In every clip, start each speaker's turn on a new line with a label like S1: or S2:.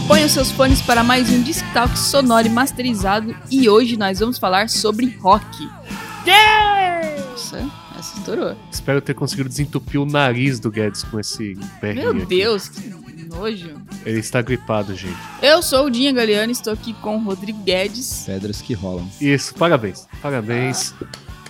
S1: Preparem os seus fones para mais um Disc Talk sonoro e masterizado e hoje nós vamos falar sobre rock. Nossa, essa estourou.
S2: Espero ter conseguido desentupir o nariz do Guedes com esse BR.
S1: Meu
S2: aqui.
S1: Deus, que nojo.
S2: Ele está gripado, gente.
S1: Eu sou o Dinha Galeano, estou aqui com o Rodrigo Guedes.
S3: Pedras que rolam.
S2: Isso, parabéns. Parabéns.
S1: Ah.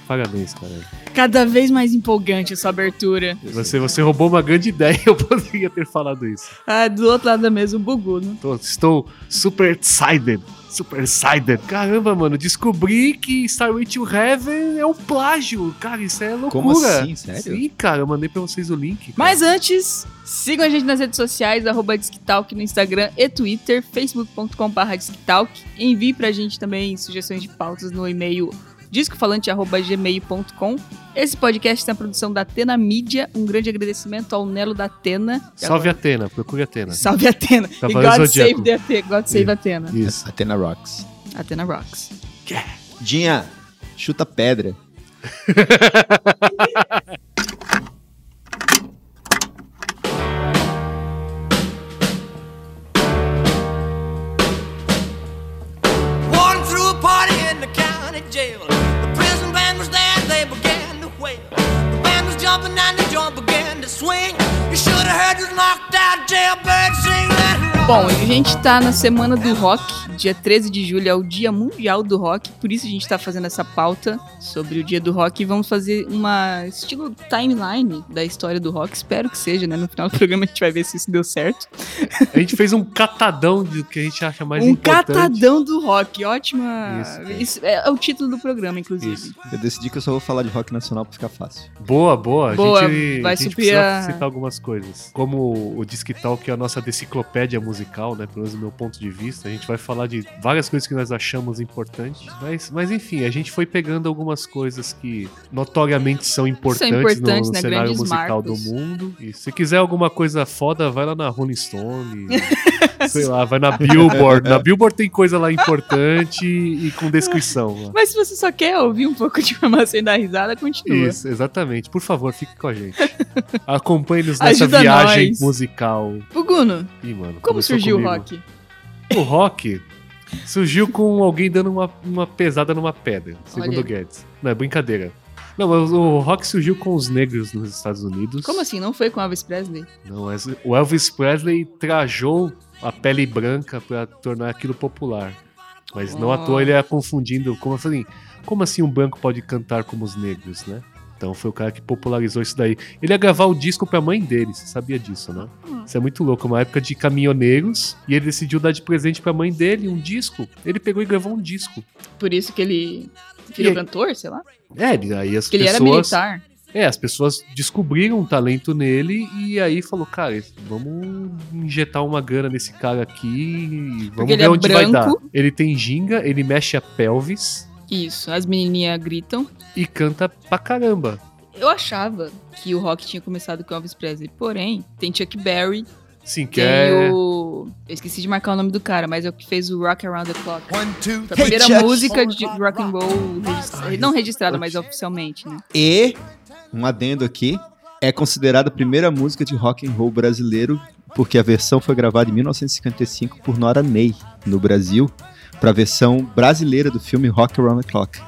S2: Parabéns, cara.
S1: Cada vez mais empolgante essa abertura.
S2: Você, você roubou uma grande ideia, eu poderia ter falado isso.
S1: Ah, do outro lado da mesa, o né? Buguno.
S2: Tô- estou super excited. Super excited. Caramba, mano, descobri que Starway to Heaven é um plágio. Cara, isso é loucura.
S3: Como assim? Sério?
S2: Sim, cara, eu mandei pra vocês o link. cara.
S1: Mas antes, sigam a gente nas redes sociais, arroba Disquitalk no Instagram e Twitter, facebook.com.br Disquitalk. Envie pra gente também sugestões de pautas no e-mail discofalante.gmail.com. Esse podcast tem a produção da Atena Mídia. Um grande agradecimento ao Nelo da Atena.
S2: Salve Atena, procure Atena.
S1: Salve Atena. E
S2: Cavaleiro
S1: God
S2: Zodíaco.
S1: save, the Atena. God save
S2: Sim.
S1: Atena.
S2: Isso.
S3: Atena Rocks.
S1: Atena Rocks.
S3: Dinha, chuta pedra.
S4: Walking through a party in the county jail. The prison band was there, they began to wail. The band was jumping and the joint began to swing. You should have heard this knocked out jailbird sing that rock.
S1: Bom, a gente tá na semana do rock. Dia 13 de julho é o Dia Mundial do Rock, por isso a gente tá fazendo essa pauta sobre o Dia do Rock e vamos fazer uma estilo timeline da história do rock. Espero que seja, né? No final do programa a gente vai ver se isso deu certo.
S2: A gente fez um catadão do que a gente acha mais
S1: um
S2: importante.
S1: catadão do rock, ótima.
S2: Isso, cara.
S1: Isso é, é o título do programa, inclusive.
S2: Isso.
S3: Eu decidi que eu só vou falar de rock nacional pra ficar fácil.
S2: Boa, boa.
S1: Boa,
S2: a gente,
S1: vai
S2: a gente
S1: suprir a-
S2: precisa citar algumas coisas. Como o Disque Talk é a nossa deciclopédia musical, né? Pelo menos do meu ponto de vista. A gente vai falar de várias coisas que nós achamos importantes. Mas, mas enfim, a gente foi pegando algumas coisas que notoriamente são importantes,
S1: importantes,
S2: no,
S1: né,
S2: cenário
S1: grandes
S2: musical
S1: marcos.
S2: do mundo. E se quiser alguma coisa foda, vai lá na Rolling Stone. sei lá, vai na Billboard. Na Billboard tem coisa lá importante e com descrição. né? lá.
S1: Mas se você só quer ouvir um pouco de informação e dar risada, continua.
S2: Isso, exatamente. Por favor, fique com a gente. Acompanhe-nos nessa
S1: Ajuda
S2: viagem
S1: nós.
S2: musical.
S1: Buguno,
S2: Ih, mano,
S1: como
S2: começou
S1: surgiu
S2: comigo.
S1: o rock?
S2: O rock surgiu com alguém dando uma, uma pesada numa pedra, segundo
S1: Olha.
S2: o Guedes. Não, é brincadeira. Não, mas o rock surgiu com os negros nos Estados Unidos.
S1: Como assim? Não foi com Elvis Presley?
S2: Não, mas o Elvis Presley trajou a pele branca pra tornar aquilo popular. Mas não à
S1: Oh.
S2: toa ele era confundindo. Como assim, como assim um branco pode cantar como os negros, né? Então foi o cara que popularizou isso daí. Ele ia gravar o disco pra mãe dele, você sabia disso, né?
S1: Hum.
S2: Isso é muito louco, uma época de caminhoneiros. E ele decidiu dar de presente pra mãe dele um disco. Ele pegou e gravou um disco.
S1: Por isso que ele
S2: E
S1: virou
S2: aí?
S1: cantor, sei lá?
S2: É, e aí as
S1: Porque ele
S2: pessoas...
S1: era militar.
S2: É, as pessoas descobriram um talento nele e aí falou, cara, vamos injetar uma grana nesse cara aqui e vamos
S1: Porque ele
S2: ver
S1: é
S2: onde vai dar.
S1: branco.
S2: Ele tem ginga, ele mexe a pelvis
S1: Isso, as menininhas gritam.
S2: e canta pra caramba.
S1: Eu achava que o rock tinha começado com Elvis Presley, porém, tem Chuck Berry,
S2: Sim, que
S1: tem
S2: é...
S1: o... Eu esqueci de marcar o nome do cara, mas é o que fez o Rock Around the Clock.
S4: One, two,
S1: Foi a
S3: Hey,
S1: primeira
S3: Chuck.
S1: música de rock and roll registrada. Não registrada, mas oficialmente, né?
S3: E, um adendo aqui, é considerada a primeira música de rock and roll brasileiro, porque a versão foi gravada em 1955 por Nora Ney, no Brasil, pra versão brasileira do filme Rock Around the Clock.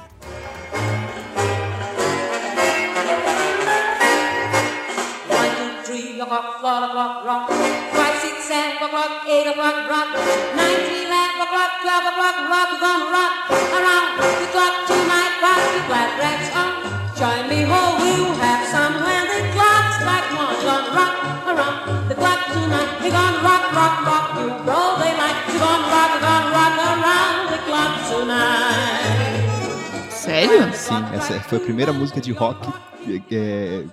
S5: One, two, three o'clock, four o'clock, rock. Five, six, seven o'clock, eight o'clock, rock. Nine, three, eleven o'clock, twelve o'clock, rock. We're gonna rock around the clock tonight. Rock the glad rags on. Join me, ho, we'll have some when the clock strikes one. Gonna rock around the clock tonight. We're gonna rock, rock, rock through Broadway night. We're gonna rock, we're gonna rock around the clock tonight.
S1: Sério?
S3: Sim, essa foi a primeira música de rock. é,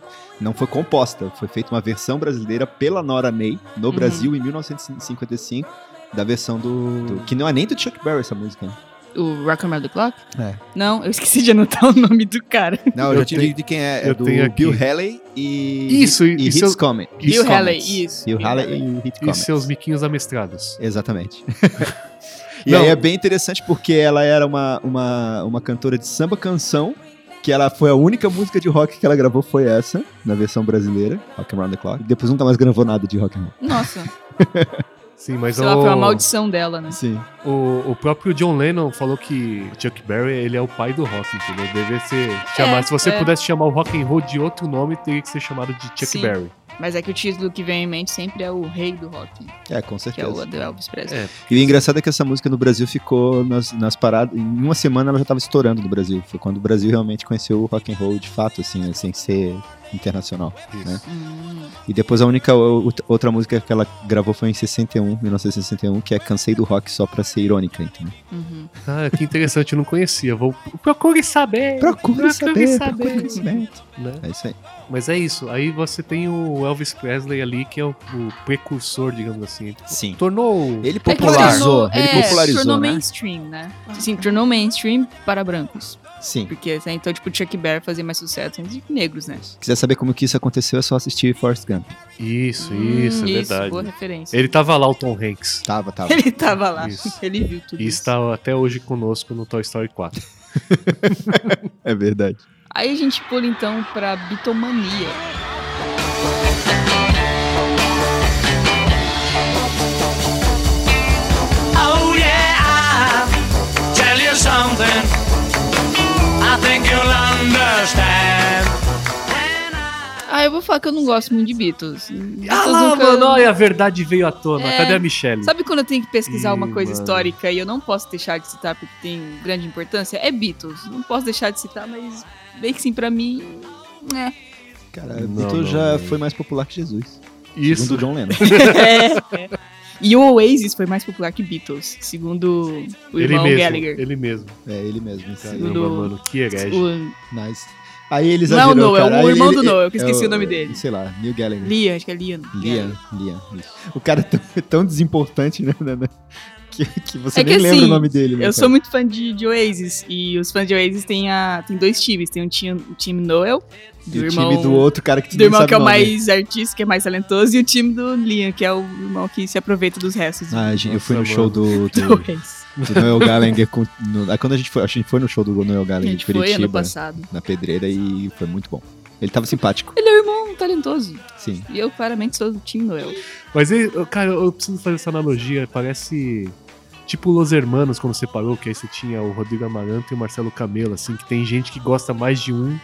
S3: não foi composta, foi feita uma versão brasileira pela Nora Ney no
S1: Uhum.
S3: Brasil em 1955, da versão do, do- Que não é nem do Chuck Berry essa música. né?
S1: O Rock Around the Clock?
S3: É.
S1: Não, eu esqueci de anotar o nome do cara.
S3: Não, eu,
S2: Eu
S3: já te
S2: tenho-
S3: digo de quem é.
S2: eu
S3: É do
S2: tenho aqui.
S3: Bill Haley e.
S2: Isso,
S3: e
S2: isso
S3: Hits
S2: eu-
S3: Comet.
S1: Bill Haley, isso.
S3: Bill
S1: Bill
S3: Haley e Hits
S2: E
S3: Comet.
S2: seus miquinhos amestrados.
S3: Exatamente. e
S2: Não.
S3: aí é bem interessante porque ela era uma, uma, uma cantora de samba canção, que ela foi a única música de rock que ela gravou foi essa, na versão brasileira, Rock Around the Clock. Depois nunca mais gravou nada de rock and roll.
S1: Nossa.
S2: Sim, mas
S1: Sei lá, foi uma
S2: o,
S1: maldição dela, né?
S3: Sim.
S2: o, o próprio John Lennon falou que o Chuck Berry ele é o pai do rock, entendeu? Deve ser chamado.
S1: É,
S2: Se você
S1: é.
S2: pudesse chamar o rock and roll de outro nome, teria que ser chamado de Chuck
S1: Sim.
S2: Berry.
S1: Mas é que o título que vem em mente sempre é o rei do rock,
S3: É, com
S1: que é o
S3: certeza.
S1: do Elvis Presley.
S3: E o engraçado é que essa música no Brasil ficou nas, nas paradas. Em uma semana ela já tava estourando no Brasil. Foi quando o Brasil realmente conheceu o rock and roll de fato, assim, né, sem ser internacional.
S2: Isso.
S1: Hum,
S3: E depois a única ou- outra música que ela gravou foi em 61, 1961, que é Cansei do Rock só pra ser irônica, entendeu?
S1: uhum.
S2: Ah, que interessante, eu não conhecia. Vou procure saber.
S3: Procure saber,
S2: saber,
S3: procure conhecimento.
S2: né?
S3: É isso aí.
S2: Mas é isso. Aí você tem o Elvis Presley ali, que é o, o precursor, digamos assim.
S3: Sim.
S2: Tornou.
S3: Ele
S1: É que
S3: popularizou,
S1: tornou-
S3: ele
S1: é,
S3: popularizou,
S1: tornou
S3: né?
S1: mainstream, né? Sim, tornou mainstream para brancos.
S3: Sim.
S1: Porque até então, tipo, Chuck Berry fazia mais sucesso entre negros, né?
S3: Quiser saber como que isso aconteceu, é só assistir Forrest Gump.
S2: Isso,
S1: Hum,
S2: isso, é verdade.
S1: boa referência.
S2: Ele tava lá, o Tom Hanks.
S3: Tava, tava.
S1: Ele tava lá,
S2: Isso.
S1: ele viu tudo
S2: E
S1: isso.
S2: está até hoje conosco no Toy Story 4.
S3: É verdade.
S1: Aí a gente pula então pra bitomania.
S4: Oh yeah, I tell you something. I think you'll understand. And I
S1: Ah, eu vou falar que eu não gosto muito de Beatles.
S2: Ah
S1: Beatles
S2: lá,
S1: nunca-
S2: mano, olha, a verdade veio à tona.
S1: É.
S2: Cadê a Michelle?
S1: Sabe quando eu tenho que pesquisar
S2: Ih,
S1: uma coisa
S2: mano.
S1: histórica e eu não posso deixar de citar porque tem grande importância? É Beatles. Não posso deixar de citar, mas bem que sim, pra mim. É.
S3: Cara,
S2: Não,
S3: Beatles
S2: não,
S3: já
S2: não.
S3: foi mais popular que Jesus.
S2: Isso.
S3: Segundo John Lennon.
S1: É. E o Oasis foi mais popular que Beatles, segundo o
S2: Ele
S1: irmão
S2: mesmo,
S1: Gallagher.
S2: ele mesmo.
S3: É ele mesmo, cara.
S1: Segundo-
S2: Caramba, mano, que herege.
S1: O
S3: Nice. Aí ele
S1: Não,
S3: exagerou,
S1: não, é o
S3: cara. Aí
S1: irmão
S3: ele-
S1: do Noel, que
S3: é
S1: esqueci o nome dele.
S3: Sei lá, Neil Gallagher.
S1: Liam, acho que é Liam.
S3: Liam, Liam. isso. O cara é tão, é tão desimportante, né? né, né, Que, que você
S1: É que
S3: nem lembra
S1: assim,
S3: o nome dele, né,
S1: Eu
S3: cara?
S1: sou muito fã de, de Oasis. E os fãs de Oasis têm, a, têm dois times. Tem o time, o time Noel, do
S3: E o
S1: irmão.
S3: time do outro cara que tu
S1: do
S3: nem
S1: irmão
S3: sabe
S1: que é o
S3: nome.
S1: mais artista, que é mais talentoso, e o time do Liam, que é o irmão que se aproveita dos restos.
S3: Ah, gente, eu fui no
S2: Nossa,
S3: show
S1: do
S3: do, do,
S1: Oasis.
S3: do Noel Gallagher. com- no- ah, quando a gente foi, a gente foi no show do Noel
S1: A
S3: Gallagher
S1: gente
S3: de
S1: foi ano
S3: Curitiba,
S1: passado.
S3: na pedreira, e foi muito bom. Ele tava simpático,
S1: Ele é o irmão talentoso.
S3: sim.
S1: E eu claramente sou do time Noel.
S2: Mas, ele- eu- cara, eu preciso fazer essa analogia. Parece tipo Los Hermanos, quando separou, que aí você tinha o Rodrigo Amaranto e o Marcelo Camelo, assim, que tem gente que gosta mais de um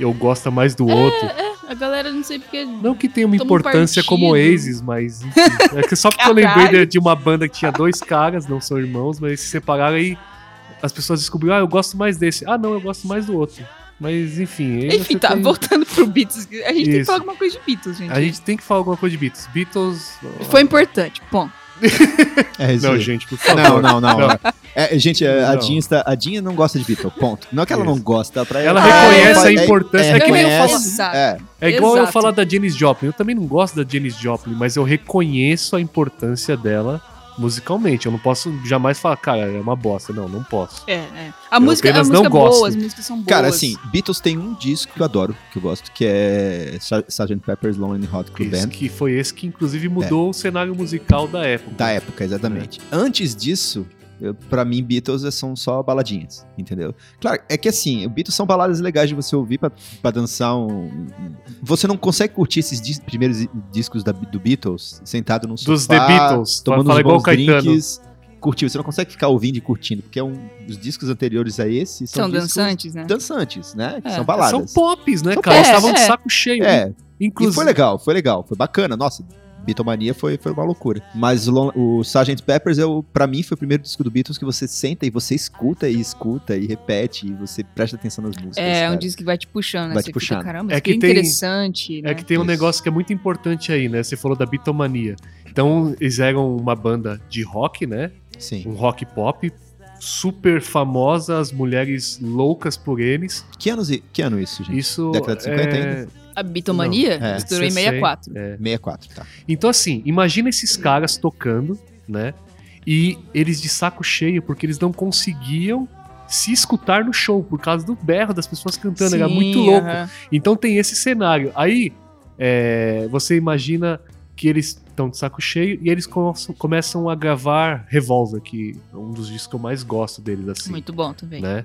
S2: e ou gosta mais do outro.
S1: A galera não sei porque.
S2: Não que tenha uma
S1: Toma um
S2: importância como
S1: É. partido.
S2: Oasis, mas enfim, é que só porque eu
S1: Caralho.
S2: lembrei de, de uma banda que tinha dois caras, não são irmãos, mas eles se separaram e as pessoas descobriram, ah, eu gosto mais desse. Ah, não, eu gosto mais do outro. Mas enfim. aí
S1: Enfim,
S2: você
S1: tá,
S2: tem-
S1: voltando pro Beatles. A gente tem que
S2: Isso.
S1: falar alguma coisa de Beatles, gente.
S2: A gente tem que falar alguma coisa de Beatles. Beatles.
S1: Foi importante, ponto.
S3: É isso
S2: Não,
S3: aí.
S2: gente, por favor.
S3: Não, não, não.
S2: Não.
S3: É, gente, é, a
S2: Não.
S3: Dinha, está, a Dinha não gosta de Beatles, ponto. Não é que ela não
S2: Isso.
S3: gosta, pra
S2: Ela
S3: ela...
S2: reconhece
S3: ela-
S2: a importância. É, que nem eu
S3: reconhece,
S2: falo.
S1: Exato.
S3: é.
S2: É igual eu
S1: Exato.
S2: falar da Janis Joplin. Eu também não gosto da Janis Joplin, mas eu reconheço a importância dela musicalmente. Eu não posso jamais falar, cara, é uma bosta. Não, não posso.
S1: É, é. A
S2: Eu
S1: música, a
S2: apenas
S1: música é
S2: não gosto.
S1: boa, as músicas são boas.
S3: Cara, assim, Beatles tem um disco que eu adoro, que eu gosto, que é Sar- Sgt. Pepper's Lonely Heart Club
S2: Isso
S3: Band.
S2: que foi esse que inclusive mudou o cenário musical da época.
S3: É. Da época, exatamente. Antes disso, eu, pra mim, Beatles é, são só baladinhas, entendeu? Claro, é que assim, o Beatles são baladas legais de você ouvir pra, pra dançar um, um- Você não consegue curtir esses dis- primeiros discos da- do Beatles sentado num sofá,
S2: Dos The Beatles. Fala
S3: tomando uns
S2: fala igual o
S3: bons
S2: Caetano.
S3: drinks, curtir. Você não consegue ficar ouvindo e curtindo, porque é um, os discos anteriores a esse são,
S1: são
S3: discos
S1: dançantes, né?
S3: dançantes, né? Que
S1: É.
S3: são baladas.
S2: São pops, né,
S3: São
S2: cara? Eles
S1: pops,
S2: estavam de
S1: é.
S2: saco cheio.
S3: É,
S2: Inclusive.
S3: E foi legal, foi legal, foi bacana. Nossa, Beatlemania foi, foi uma loucura. Mas o, Lon- o Sgt. Peppers, é o, pra mim, foi o primeiro disco do Beatles que você senta e você escuta e escuta e repete e você presta atenção nas músicas.
S1: É,
S3: cara.
S1: um disco que vai te puxando, né?
S3: Vai
S1: Você
S3: te
S1: fica,
S3: puxando.
S1: caramba,
S2: É
S1: que,
S2: que tem-
S1: interessante, né?
S2: É que tem um
S3: Isso.
S2: negócio que é muito importante aí, né? Você falou da bitomania. Então, eles eram uma banda de rock, né?
S3: Sim.
S2: um rock pop super famosa, as mulheres loucas por eles.
S3: Que, anos, e- que ano isso, gente?
S2: Isso
S3: Década de 50
S2: é...
S3: ainda?
S1: A bitomania
S3: Não, é.
S1: estourou em
S2: 60,
S1: 64.
S2: é.
S3: 64, tá.
S2: Então assim, imagina esses caras tocando, né? E eles de saco cheio porque eles não conseguiam se escutar no show por causa do berro das pessoas cantando, era
S1: Sim,
S2: Então, é muito louco.
S1: aham.
S2: Então tem esse cenário. Aí é, você imagina que eles estão de saco cheio e eles começam, começam a gravar Revolver, que é um dos discos que eu mais gosto deles assim.
S1: Muito bom também. É
S2: né?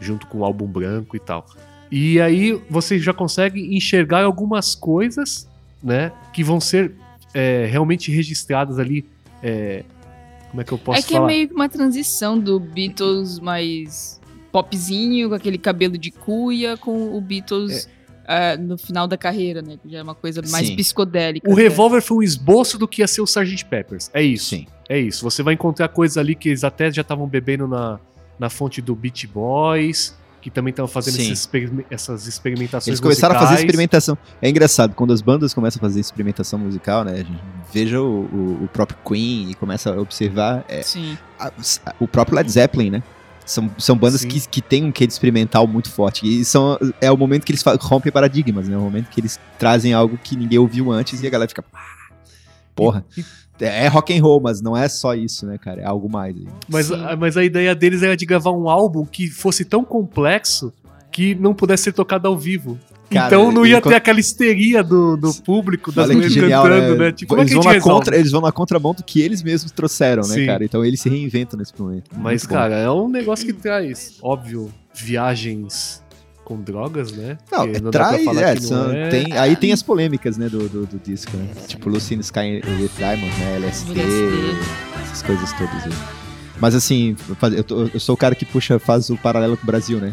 S2: Junto com o álbum branco e tal. E aí você já consegue enxergar algumas coisas, né? Que vão ser é, realmente registradas ali é, como é que eu posso
S1: é que
S2: falar?
S1: é meio que uma transição do Beatles mais popzinho, com aquele cabelo de cuia, com o
S2: É.
S1: Beatles ah, no final da carreira, né? Que já é uma coisa mais
S3: Sim.
S1: psicodélica.
S2: O
S1: né?
S2: revólver foi um esboço do que ia ser o Sgt. Peppers. É isso.
S3: Sim.
S2: É isso. Você vai encontrar coisas ali que eles até já estavam bebendo na, na fonte do Beat Boys, que também estavam fazendo
S3: Sim.
S2: esses experime- essas experimentações.
S3: Eles começaram a fazer
S2: musicais.
S3: experimentação. É engraçado, quando as bandas começam a fazer experimentação musical, né? A gente veja o, o- o próprio Queen e começa a observar é,
S1: Sim.
S3: a- a- o próprio Led Zeppelin, né? São, são bandas
S2: Sim.
S3: que, que têm um quê de experimental muito forte. E são, é o momento que eles fa- rompem paradigmas, né? É o momento que eles trazem algo que ninguém ouviu antes e a galera fica. "Ah, Porra. É rock and roll, mas não é só isso, né, cara? É algo mais.
S2: Mas,
S1: Sim.
S2: a- mas a ideia deles era de gravar um álbum que fosse tão complexo que não pudesse ser tocado ao vivo.
S3: Cara,
S2: então não
S3: ele
S2: ia
S3: encont-
S2: ter aquela histeria do, do público, das
S3: Olha que
S2: mulheres
S3: genial,
S2: cantando,
S3: né?
S2: né? Tipo, como é
S3: eles,
S2: que a
S3: vão
S2: gente
S3: na
S2: resolve?
S3: contra, eles vão na contramão do que eles mesmos trouxeram, né,
S2: Sim.
S3: cara? Então eles se reinventam nesse momento.
S2: Mas,
S3: Muito bom.
S2: cara, é um negócio que traz, óbvio, viagens com drogas, né?
S3: Não,
S2: Porque
S3: é,
S2: dá pra
S3: traz,
S2: falar
S3: é,
S2: que não
S3: são-
S2: é.
S3: Tem, aí tem as polêmicas, né, do, do, do disco, né? Tipo Lucine Sky with Diamond, né, LSD,
S1: LSD.
S3: essas coisas todas. Né? Mas assim, eu faz- eu, tô- eu sou o cara que puxa, faz o paralelo com o Brasil, né?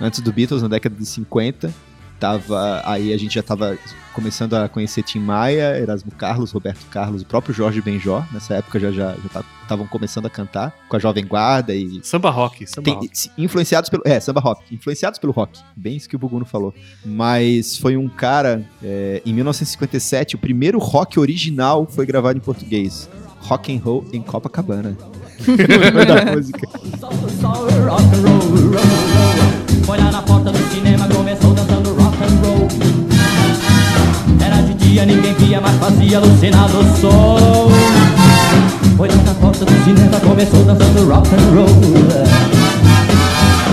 S3: Antes do Beatles, na década de 50, tava, aí a gente já tava começando a conhecer Tim Maia, Erasmo Carlos, Roberto Carlos, o próprio Jorge Benjó, nessa época já estavam já, tá- tavam começando a cantar com a Jovem Guarda e
S2: Samba rock, samba
S3: tem-
S2: rock.
S3: se- influenciados pelo. É, samba rock. Influenciados pelo rock. Bem isso que o Buguno falou. Mas foi um cara. é, em 1957, o primeiro rock original foi gravado em português. Rock and roll em Copacabana. Lembra da música.
S6: Foi lá na porta do cinema, começou dançando rock and roll. Era de dia, ninguém via, mas fazia alucinado o sol. Foi lá na porta do cinema, começou dançando rock and roll.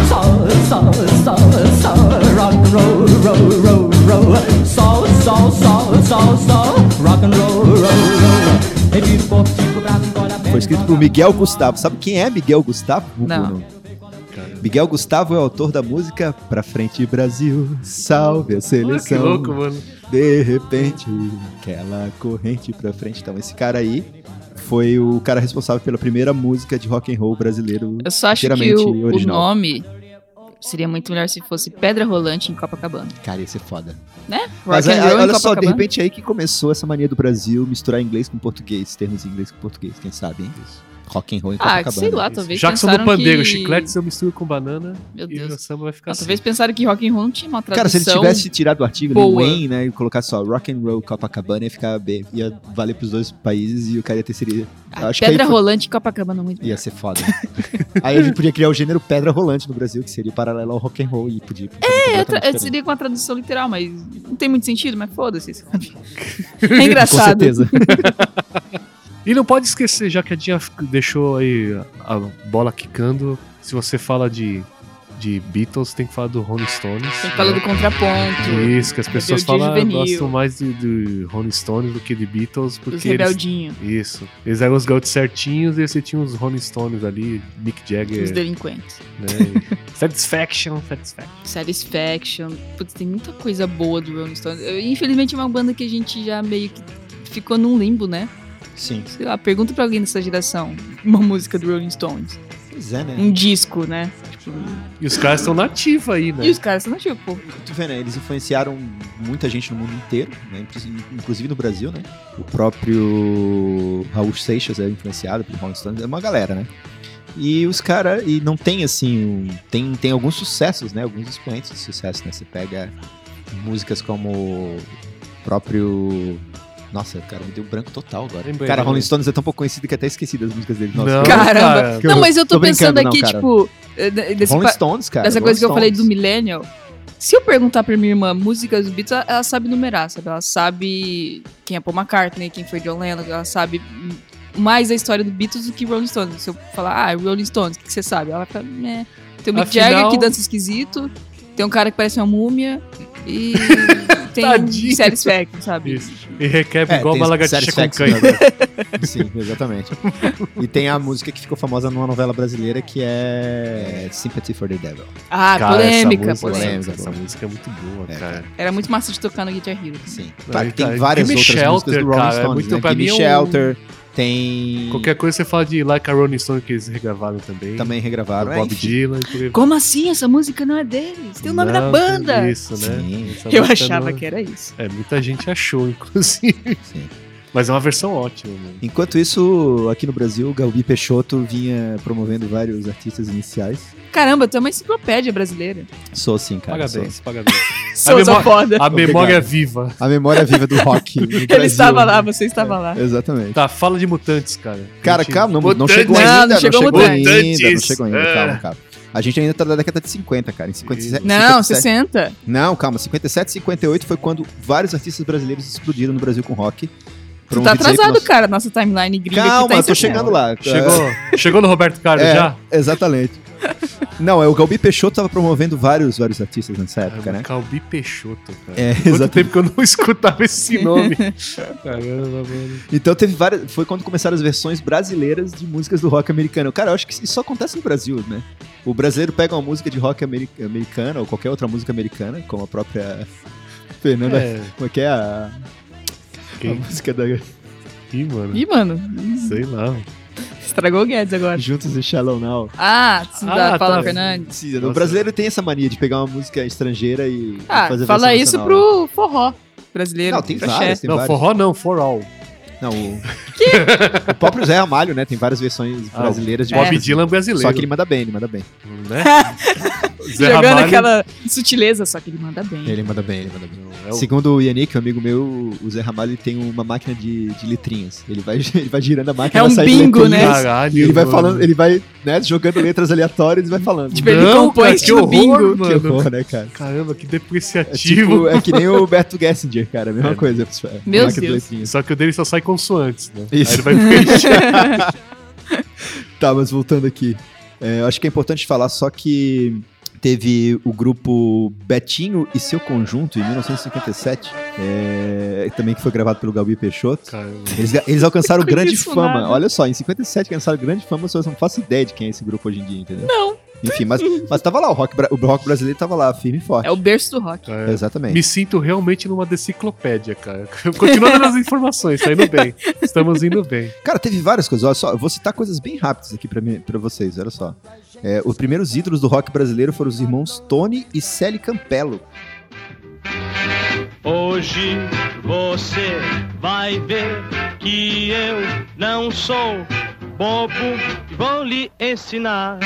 S6: Sol, sol, sol, sol, rock and roll, roll, roll, roll. Sol, sol, sol, sol, sol, rock and roll, roll, roll. Ele ficou tipo bravo, engole a perna,
S3: Foi escrito por Miguel Gustavo. Sabe quem é Miguel Gustavo? Buguno?
S2: Cara.
S3: Miguel Gustavo é o autor da música Pra Frente Brasil, salve a
S2: Olha Ah, que
S3: seleção.
S2: louco, mano.
S3: De repente, aquela corrente pra frente. Então, esse cara aí foi o cara responsável pela primeira música de rock and roll brasileiro.
S1: Eu só acho que
S3: Inteiramente
S1: o, o
S3: original.
S1: nome seria muito melhor se fosse Pedra Rolante em Copacabana,
S3: Cara, ia ser foda.
S1: né?
S3: Mas
S1: Rock and
S3: aí,
S1: roll em
S3: olha só, de
S1: Copacabana.
S3: repente é aí que começou essa mania do Brasil misturar inglês com português, termos em inglês com português, quem sabe, hein? Rock and roll em
S1: Ah,
S3: Copacabana.
S1: sei lá, talvez
S2: Jackson do
S1: pensaram
S2: Pandeiro,
S1: que...
S2: chiclete eu misturo com banana
S1: Meu
S2: e
S1: Deus.
S2: o samba vai
S1: Ah,
S2: ficar assim.
S1: Talvez pensaram que rock and roll não tinha uma tradução.
S3: Cara, se ele tivesse tirado o artigo do
S1: boa.
S3: Wayne, né, e colocar só rock and roll Copacabana, ia ficar bem, ia valer pros dois países e o cara ia ter seria,
S1: Ah,
S3: acho que aí
S1: Pedra
S3: foi-
S1: Rolante em Copacabana muito
S3: ia ser foda. né? aí a gente podia criar o gênero pedra rolante no Brasil, que seria paralelo ao rock and roll e podia.
S1: É,
S3: É,
S1: tra- seria com a tradução literal, mas não tem muito sentido, mas foda-se, sabe? É engraçado.
S3: Com certeza.
S2: E não pode esquecer, já que a Dinha f- deixou aí a bola quicando, se você fala de, de Beatles, tem que falar do Rolling Stones. Né?
S1: Tem que falar do contraponto,
S2: Isso, que as pessoas
S1: Rebeldia
S2: falam, ah,
S1: juvenil.
S2: gostam mais de, de Rolling Stones do que de Beatles,
S1: dos
S2: porque eles
S1: rebeldinhos,
S2: Isso. Eles eram os garotos certinhos e você tinha os Rolling Stones ali, Mick
S1: dos
S2: Jagger,
S1: delinquentes.
S2: né? E- satisfaction, Satisfaction.
S1: Satisfaction. Putz, tem muita coisa boa do Rolling Stones. Eu, infelizmente é uma banda que a gente já meio que ficou num limbo, né?
S3: Sim.
S1: Sei lá, pergunta pra alguém dessa geração uma música do Rolling Stones.
S3: Pois é, né?
S1: Um disco, né? Tipo,
S2: E os caras estão nativa aí, né?
S1: E os caras são tipo,
S3: Tu vê, né? Eles influenciaram muita gente no mundo inteiro, né? inclu- inclusive no Brasil, né? O próprio Raul Seixas é influenciado pelo Rolling Stones, é uma galera, né? E os caras, e não tem assim, um- tem, tem alguns sucessos, né? Alguns expoentes de sucesso, né? Você pega músicas como o próprio. Nossa, cara, me deu branco total agora.
S2: Lembrei,
S3: cara,
S2: lembrei.
S3: Rolling Stones é tão pouco conhecido que até esqueci das músicas dele. Nossa,
S2: Não,
S3: cara,
S1: Caramba.
S2: cara.
S1: Não, mas eu tô,
S3: Tô brincando,
S1: pensando
S3: não,
S1: aqui,
S3: cara.
S1: tipo, eh, de- desse
S3: Rolling
S1: pa-
S3: Stones, cara.
S1: Dessa
S3: Rolling
S1: coisa que eu falei do
S3: Stones.
S1: Millennial. Se eu perguntar pra minha irmã músicas do Beatles, ela- ela sabe numerar, sabe? Ela sabe quem é Paul McCartney, quem foi John Lennon, ela sabe hum, mais a história do Beatles do que Rolling Stones. Se eu falar, ah, Rolling Stones, o que que você sabe? Ela fala, né. Tem o Mick
S2: Afinal-
S1: Jagger que dança esquisito, tem um cara que parece uma múmia e tem
S2: Tadinho.
S1: Satisfaction, sabe?
S2: Isso. E requebra É igual
S3: É, tem
S2: uma lagartixa com
S3: Satisfaction
S2: canha.
S3: também. Sim, exatamente. E tem a música que ficou famosa numa novela brasileira que é Sympathy for the Devil.
S1: Ah, polêmica,
S2: essa música, né?
S1: polêmica.
S3: polêmica.
S2: Essa música é muito boa,
S3: É,
S2: cara.
S1: Era muito massa de tocar no Guitar Hero.
S3: Sim.
S2: Não,
S3: Claro que
S2: tá.
S3: tem várias
S2: Gimme
S3: outras músicas
S2: Shelter,
S3: do Rolling
S2: cara, é
S3: Stones,
S2: muito-
S3: né?
S2: pra
S3: Gimme
S2: mim é um-
S3: Shelter, Tem.
S2: Qualquer coisa você fala de Like a Rolling Stone que eles regravaram também.
S3: Também regravaram.
S2: Do
S3: é,
S2: Bob
S3: enfim.
S2: Dylan. Por...
S1: Como assim? Essa música não é deles? Tem o nome da
S2: Não,
S1: banda!
S2: Isso, né?
S3: Sim,
S2: Essa
S1: Eu
S2: música
S1: achava
S2: não-
S1: que era isso.
S2: É, muita gente achou, inclusive.
S3: sim.
S2: Mas é uma versão ótima, mano.
S3: Enquanto isso, aqui no Brasil, o Galbi Peixoto vinha promovendo vários artistas iniciais.
S1: Caramba, tu é uma enciclopédia brasileira.
S3: Sou sim, cara. sou.
S2: Parabéns, parabéns.
S1: Sou só
S2: memória-
S1: foda.
S2: A
S3: Obrigado.
S2: memória é viva.
S3: A memória viva do rock. no
S1: Ele
S3: Brasil.
S1: estava lá, você estava lá.
S3: Exatamente.
S2: Tá, fala de mutantes, cara.
S3: Cara,
S2: Gente,
S3: calma, não, não
S2: Mutantes.
S3: chegou
S1: Não,
S3: ainda,
S1: não
S3: não
S1: chegou
S3: chegou,
S2: Mutantes.
S3: ainda, não chegou ainda,
S2: É.
S3: calma, calma. A gente ainda tá na década de 50, cara, em 57.
S1: Não,
S3: 57
S1: 60.
S3: Não, calma, 57, 58 foi quando vários artistas brasileiros explodiram no Brasil com rock.
S1: Tu tá
S3: Promovidos um aí
S1: atrasado,
S3: pelo nosso-
S1: cara. Nossa timeline gringa aqui
S3: Calma,
S1: tá em
S3: eu
S1: 60.
S3: tô chegando lá.
S2: Chegou, chegou no Roberto Carlos
S3: É,
S2: já?
S3: Exatamente. Não, é o Galbi Peixoto tava promovendo vários, vários artistas nessa época, né?
S2: Calbi Peixoto, cara.
S3: É,
S2: Quanto
S3: exatamente.
S2: tempo que eu não escutava esse nome. Caramba, mano.
S3: Então teve várias. Foi quando começaram as versões brasileiras de músicas do rock americano. Cara, eu acho que isso só acontece no Brasil, né? O brasileiro pega uma música de rock ameri- americana ou qualquer outra música americana, como a própria Fernanda.
S2: É,
S3: Como é que é a, a
S2: quem
S3: música da
S2: aqui, mano?
S1: Ih, mano,
S2: Sei lá.
S1: estragou o Guedes agora.
S3: Juntos e Shallow Now?
S1: Ah, sim, da
S2: Ah,
S1: Paula
S2: tá.
S1: Fernandes.
S3: Sim, o
S2: Nossa.
S3: brasileiro tem essa mania de pegar uma música estrangeira e
S1: Ah,
S3: fazer
S1: fala
S3: versão
S1: isso
S3: nacional, né?
S1: pro forró brasileiro.
S3: Não, tem
S1: pro axé.
S3: várias, tem
S2: não,
S3: várias.
S2: forró não, for all.
S3: Não, o... o próprio Zé Ramalho, né? Tem várias versões
S2: Ah,
S3: brasileiras de
S2: Bob
S1: É.
S3: música.
S2: Dylan brasileiro.
S3: Só que ele manda bem, ele manda bem.
S2: Né? Zé
S1: Jogando
S2: Ramalho.
S1: aquela sutileza, só que ele manda bem.
S3: Ele manda bem, ele manda bem.
S2: É o-
S3: Segundo o Yannick, um amigo meu, o Zé Ramalho ele tem uma máquina de, de letrinhas. Ele vai, ele vai girando a
S1: É
S3: máquina, vai
S1: um
S3: saindo
S1: bingo,
S3: letrinhas,
S1: né?
S2: Caralho,
S3: E ele vai
S2: mano.
S3: falando, ele vai, né, jogando letras aleatórias e vai falando.
S1: Tipo, ele
S2: Não,
S1: compõe
S2: cara, que
S1: estilo
S2: horror,
S1: bingo.
S3: que
S2: mano.
S3: horror, né, cara?
S2: Caramba, que
S3: É, tipo,
S2: depreciativo.
S3: é que nem o Beto Gessinger, cara. A mesma
S2: É.
S3: coisa. pessoal.
S1: Meu
S3: Máquina de
S1: Deus.
S3: letrinhas.
S2: Só que o dele só sai consoantes, né?
S3: Isso.
S2: Aí ele vai preencher.
S3: Tá, mas voltando aqui. É, eu acho que é importante falar só que teve o grupo Betinho e seu conjunto em 1957, é, também que foi gravado pelo Galbi Peixoto.
S2: Caramba.
S3: Eles, eles alcançaram
S1: Não conheço
S3: grande fama.
S1: nada.
S3: Olha só, em 57 alcançaram grande fama, vocês não faço ideia de quem é esse grupo hoje em dia, entendeu? Não. Enfim, mas, mas tava lá, o rock, bra- o rock brasileiro tava lá, firme e forte.
S1: É o berço do rock.
S2: Cara,
S3: Exatamente.
S2: Me sinto realmente numa deciclopédia, cara. Continuando nas informações, tá indo bem. Estamos indo bem.
S3: Cara, teve várias coisas. Olha só, eu vou citar coisas bem rápidas aqui pra, mim, pra vocês, olha só. É, os primeiros ídolos do rock brasileiro foram os irmãos Tony e Sally Campello.
S7: Hoje você vai ver que eu não sou bobo e vou lhe ensinar.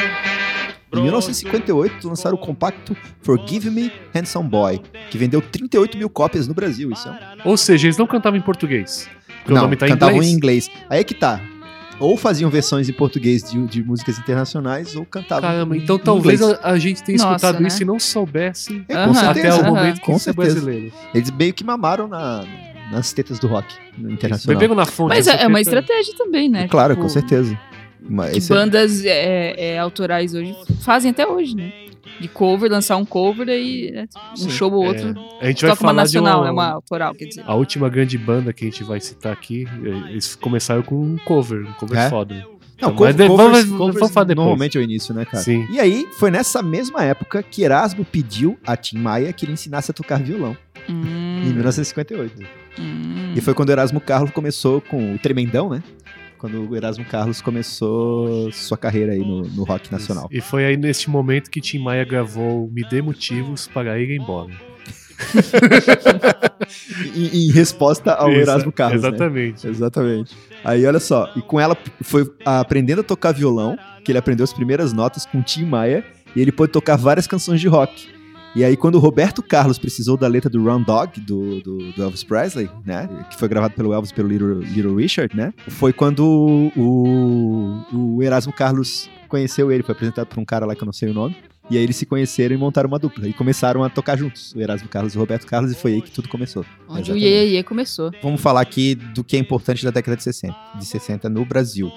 S3: Em 1958, lançaram o compacto Forgive Me, Handsome Boy, que vendeu 38 mil cópias no Brasil. Isso é um...
S2: Ou seja, eles não cantavam em português. Porque
S3: Não,
S2: o nome tá em
S3: cantavam
S2: inglês.
S3: em inglês. Aí é que tá. Ou faziam versões em português de, de músicas internacionais, ou cantavam.
S2: Caramba, então
S3: em
S2: talvez
S3: inglês.
S2: a, a gente tenha
S1: Nossa,
S2: escutado
S1: né?
S2: isso e não soubesse
S3: É,
S1: Aham,
S3: com
S2: até
S3: certeza.
S2: o
S1: aham.
S2: momento que
S3: Com
S2: isso é
S3: certeza.
S2: brasileiro.
S3: Eles meio que mamaram na- nas tetas do rock internacional.
S2: Beberam na fonte.
S1: Mas
S2: essa
S1: é, é uma
S2: treta-
S1: estratégia também, né?
S3: Claro,
S1: Tipo,
S3: com certeza. Mas
S1: Que
S3: esse é-
S1: bandas é, é, autorais hoje fazem até hoje, né? De cover, lançar um cover e né, um
S3: Sim. é.
S1: show ou outro.
S2: A gente vai
S1: Toca uma
S2: falar de
S1: nacional,
S3: um
S2: uma,
S1: é uma autoral, quer dizer.
S2: A última grande banda que a gente vai citar aqui, eh, eles começaram com um cover, um cover
S3: É?
S2: foda.
S3: Não,
S2: Mas
S3: cover,
S2: de-
S3: covers-
S2: vamos-
S3: covers
S2: vamos falar depois.
S3: normalmente é o início, né, cara?
S2: Sim.
S3: E aí, foi nessa mesma época que Erasmo pediu a Tim Maia que ele ensinasse a tocar violão, em
S1: Hum,
S3: 1958.
S1: hum.
S3: E foi quando o Erasmo Carlos começou com o Tremendão, né? Quando o Erasmo Carlos começou sua carreira aí no, no rock nacional.
S2: E foi aí neste momento que Tim Maia gravou Me Dê Motivos para Ir Embora.
S3: Em, em resposta ao
S2: Isso,
S3: Erasmo Carlos, né?
S2: Exatamente.
S3: Exatamente. Aí, olha só, e com ela foi aprendendo a tocar violão, que ele aprendeu as primeiras notas com o Tim Maia, e ele pôde tocar várias canções de rock. E aí, quando o Roberto Carlos precisou da letra do Round Dog, do, do, do Elvis Presley, né? Que foi gravado pelo Elvis e pelo Little, Little Richard, né? Foi quando o, o Erasmo Carlos conheceu ele, foi apresentado por um cara lá que eu não sei o nome. E aí eles se conheceram e montaram uma dupla. E começaram a tocar juntos, o Erasmo Carlos e o Roberto Carlos, e foi aí que tudo começou.
S1: Onde o
S3: Exatamente.
S1: Iê Iê começou.
S3: Vamos falar aqui do que é importante da década de 60, de 60 no Brasil.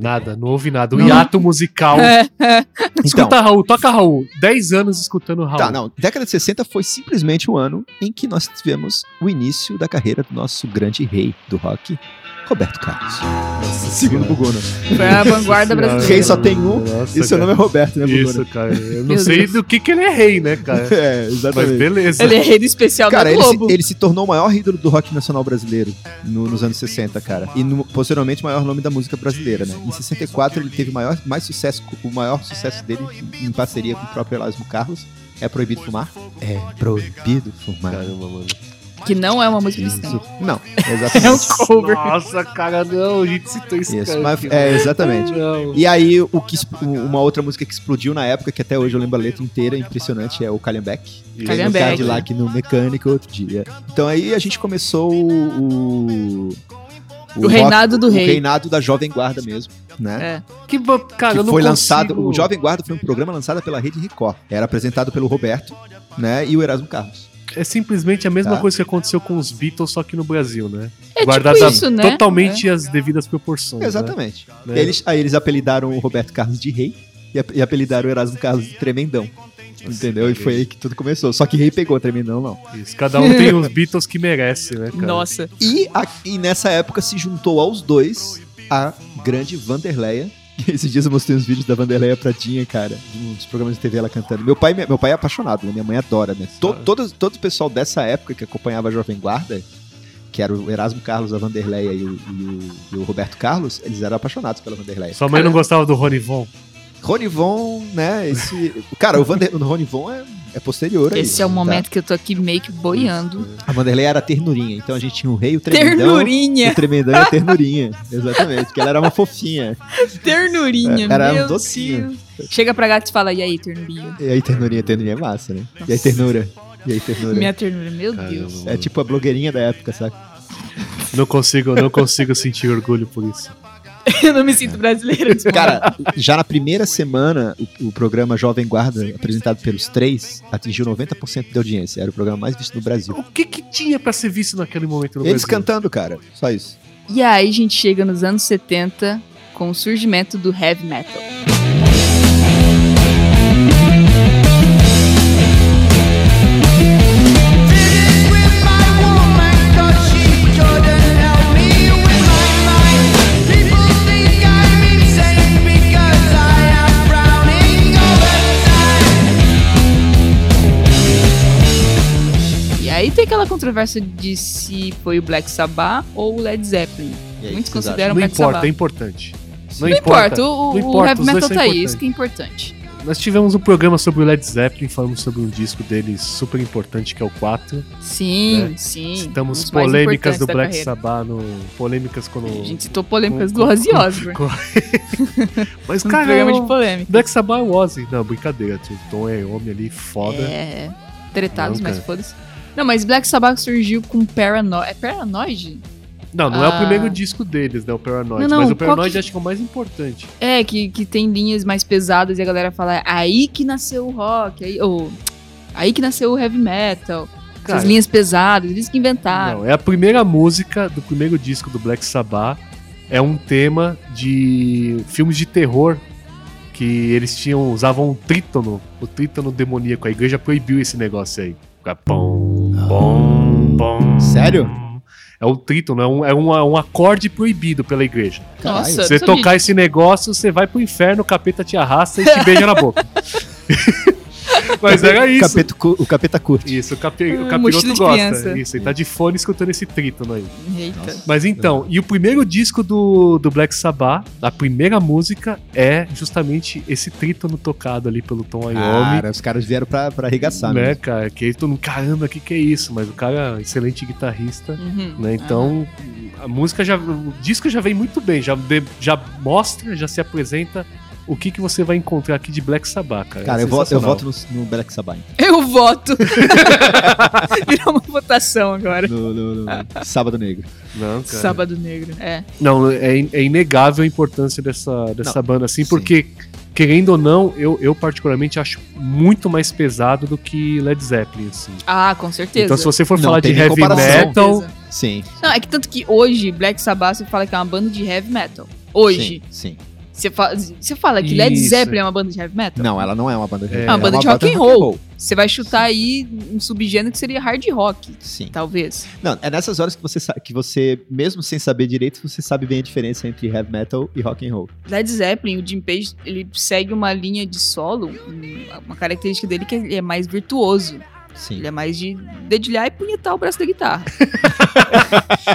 S2: Nada, não houve nada. O
S1: Não.
S2: hiato musical.
S1: É.
S3: Então,
S2: Escuta, Raul, toca Raul. 10 anos escutando Raul.
S3: tá, não. Década de 60 foi simplesmente o ano em que nós tivemos o início da carreira do nosso grande rei do rock, Roberto Carlos. Segundo Buguna.
S1: Foi a vanguarda brasileira.
S3: Rei só tem um,
S2: Nossa,
S3: e seu
S2: cara.
S3: nome é Roberto, né, Buguna?
S2: Isso, cara. Eu não
S1: Meu
S2: sei
S1: Deus.
S2: do que que ele é rei, né, cara?
S3: É,
S2: Mas
S3: exatamente.
S2: beleza.
S1: Ele é rei do especial
S3: Cara,
S1: da
S3: ele se,
S1: Globo.
S3: ele se tornou o maior ídolo do rock nacional brasileiro no- nos anos 60, cara. E no- posteriormente o maior nome da música brasileira, né? Em 64 ele teve maior, mais sucesso, o maior sucesso dele em parceria com o próprio Elásio Carlos. É proibido fumar? É proibido
S1: é
S3: fumar.
S2: Caramba, mano.
S1: Que não é uma música cristã.
S3: Isso. Não,
S1: É um
S3: exatamente.
S1: cover.
S2: Nossa, cara, não. A gente citou isso,
S1: um
S3: Isso,
S2: cara.
S3: mas, é, exatamente.
S2: Não.
S3: E aí, o que, exp- uma outra música que explodiu na época, que até hoje eu lembro a letra inteira, impressionante, é o um Calhambeck.
S1: Calhambeck.
S3: No Cadillac no mecânico outro dia. Então aí a gente começou o. O,
S1: O reinado do
S3: o
S1: rei.
S3: reinado da Jovem Guarda mesmo, né?
S1: É.
S2: Que, bo- cara, eu não
S3: que foi
S2: consigo.
S3: lançado. O Jovem Guarda foi um programa lançado pela Rede Record. Era apresentado pelo Roberto, né? E o Erasmo Carlos.
S2: É simplesmente a mesma
S3: Tá.
S2: coisa que aconteceu com os Beatles, só que no Brasil, né?
S1: É
S2: Guardada
S1: tipo isso, né?
S2: totalmente as devidas proporções.
S3: Exatamente.
S2: Né?
S3: Eles, aí eles apelidaram o Roberto Carlos de rei e ap- e apelidaram o Erasmo Carlos de tremendão. Entendeu? E foi aí que tudo começou. Só que rei pegou, tremendão não.
S2: Isso, cada um tem os Beatles que merece, né, cara?
S1: É. Nossa.
S3: E, a- e nessa época se juntou aos dois a grande Vanderleia. Esses dias eu mostrei uns vídeos da Vanderleia Pradinha, cara, de um dos programas de TV ela cantando. Meu pai, meu pai é apaixonado, né? minha mãe adora, né? To- todo, todo o pessoal dessa época que acompanhava a Jovem Guarda, que era o Erasmo Carlos, a Vanderleia e o, e o- e o Roberto Carlos, eles eram apaixonados pela Vanderleia.
S2: Sua mãe não gostava do Ronivon.
S3: Ronivon, né? Esse, cara, o, Vander, o Ronivon é, é posterior. a
S1: Esse
S3: isso,
S1: é o
S3: tá?
S1: momento que eu tô aqui meio que boiando.
S3: A Vanderleia era ternurinha, então a gente tinha o rei, o tremendão.
S1: Ternurinha,
S3: O tremendão e a ternurinha. Exatamente. Porque ela era uma fofinha.
S1: ternurinha.
S3: É, era
S1: meu
S3: um docinho.
S1: Deus. Chega pra gato e fala, e aí, ternurinha?
S3: E aí, ternurinha, ternurinha é massa, né? E aí, ternura. E aí, ternura.
S1: Minha ternura, meu Deus.
S2: Caramba,
S3: É tipo a blogueirinha da época, saca?
S2: Não consigo, não consigo sentir orgulho por isso.
S1: Eu não me sinto tipo. brasileira. desculpa.
S3: Cara, já na primeira semana, o, o programa Jovem Guarda, apresentado pelos três, atingiu 90% de audiência. Era o programa mais visto no Brasil.
S2: O que que tinha pra ser visto naquele momento no
S3: Eles
S2: Brasil?
S3: cantando, cara. Só isso.
S1: E aí a gente chega nos anos 70 com o surgimento do heavy metal. E aí tem aquela controvérsia de se foi o Black Sabbath ou o Led Zeppelin.
S3: E aí,
S1: Muitos
S3: vocês acham?
S1: consideram
S2: Não
S1: Black
S2: importa, é
S1: Sabbath.
S2: importante.
S1: Não, importa, o,
S2: não
S1: o
S2: importa,
S1: heavy
S2: os dois
S1: metal
S2: são
S1: tá aí,
S2: importantes.
S1: isso que é importante.
S2: Nós tivemos um programa sobre o Led Zeppelin, falamos sobre um disco deles super importante, que é o 4.
S1: Sim, sim. um
S2: É. Citamos
S1: dos mais
S2: polêmicas do
S1: importantes da
S2: Black
S1: carreira.
S2: Sabbath, no, polêmicas quando...
S1: A gente citou polêmicas
S2: Com-
S1: do Ozzy Osbourne.
S2: Mas,
S1: Um
S2: cara,
S1: programa
S2: eu-
S1: de polêmica.
S2: Black Sabbath é o Ozzy. Não, brincadeira, tio. O Tom é homem ali, foda.
S1: É, tretados,
S2: Não,
S1: mas
S2: cara.
S1: foda-se. Não, mas Black Sabbath surgiu com Paranoid. É Paranoid?
S2: Não, não é o
S1: Ah.
S2: primeiro disco deles, né? O Paranoid.
S1: Não, não,
S2: mas o
S1: qual
S2: Paranoid
S1: que-
S2: acho que é o mais importante.
S1: É, que, que tem linhas mais pesadas e a galera fala, "É aí que nasceu o rock, aí, ou, aí que nasceu o heavy metal.
S2: Cara,
S1: essas linhas pesadas, eles que inventaram.
S2: Não, é a primeira música do primeiro disco do Black Sabbath. É um tema de filmes de terror que eles tinham usavam um trítono, o trítono demoníaco. A igreja proibiu esse negócio aí. Fica pom, pom, pom.
S3: Sério?
S2: É o trítono, é um, é um, é um acorde proibido pela igreja.
S3: Caralho.
S1: Nossa,
S2: Você
S1: não sabia
S2: tocar esse negócio, você vai pro inferno, o capeta te arrasta e te beija na boca. Mas era isso.
S3: Capeta cu- o capeta curte.
S2: Isso, o, capi... o
S1: Ah,
S2: capiroto
S1: mochila de
S2: gosta.
S1: criança.
S2: Isso, ele tá de fone escutando esse trítono aí.
S1: disso. Eita.
S2: Mas então,
S3: É.
S2: e o primeiro disco do, do Black Sabbath, a primeira música é justamente esse trítono tocado ali pelo Tom Iommi.
S3: Cara, os caras vieram pra, pra arregaçar,
S2: né,
S3: né?
S2: cara? Que aí todo mundo, caramba, o que, que é isso? Mas o cara é um excelente guitarrista.
S1: Uhum.
S2: né? Então, a música já. O disco já vem muito bem, já, de- já mostra, já se apresenta o que, que você vai encontrar aqui de Black Sabbath, cara.
S3: Cara,
S2: É
S3: eu, voto, eu
S2: sensacional.
S3: voto no, no Black Sabbath.
S1: Eu voto. Virou uma votação agora.
S3: No, no- no Sábado Negro.
S2: Não, cara.
S1: Sábado Negro. É.
S2: Não, é, in- é inegável a importância dessa, dessa banda, assim,
S3: sim.
S2: porque, querendo ou não, eu, eu particularmente acho muito mais pesado do que Led Zeppelin, assim.
S1: Ah, com certeza.
S2: Então, se você for
S3: Não
S2: falar de
S3: tem nem
S2: heavy
S1: Com
S3: comparação.
S2: metal,
S1: certeza.
S3: Sim.
S1: Não, é que tanto que hoje Black Sabbath você fala que é uma banda de heavy metal. Hoje. Tá.
S3: Sim. sim.
S1: Você fala, você fala que Led
S2: Isso.
S1: Zeppelin é uma banda de heavy metal?
S3: Não, ela não é uma banda de
S2: É.
S3: heavy
S2: É uma
S1: banda de rock and roll. Você vai chutar aí um subgênero que seria hard rock,
S3: Sim.
S1: talvez.
S3: Não, é nessas horas que você sa- que você, mesmo sem saber direito, você sabe bem a diferença entre heavy metal e rock and roll.
S1: Led Zeppelin, o Jim Page, ele segue uma linha de solo, um- uma característica dele é que ele é mais virtuoso.
S3: Sim.
S1: Ele é mais de dedilhar e punhetar o braço da guitarra.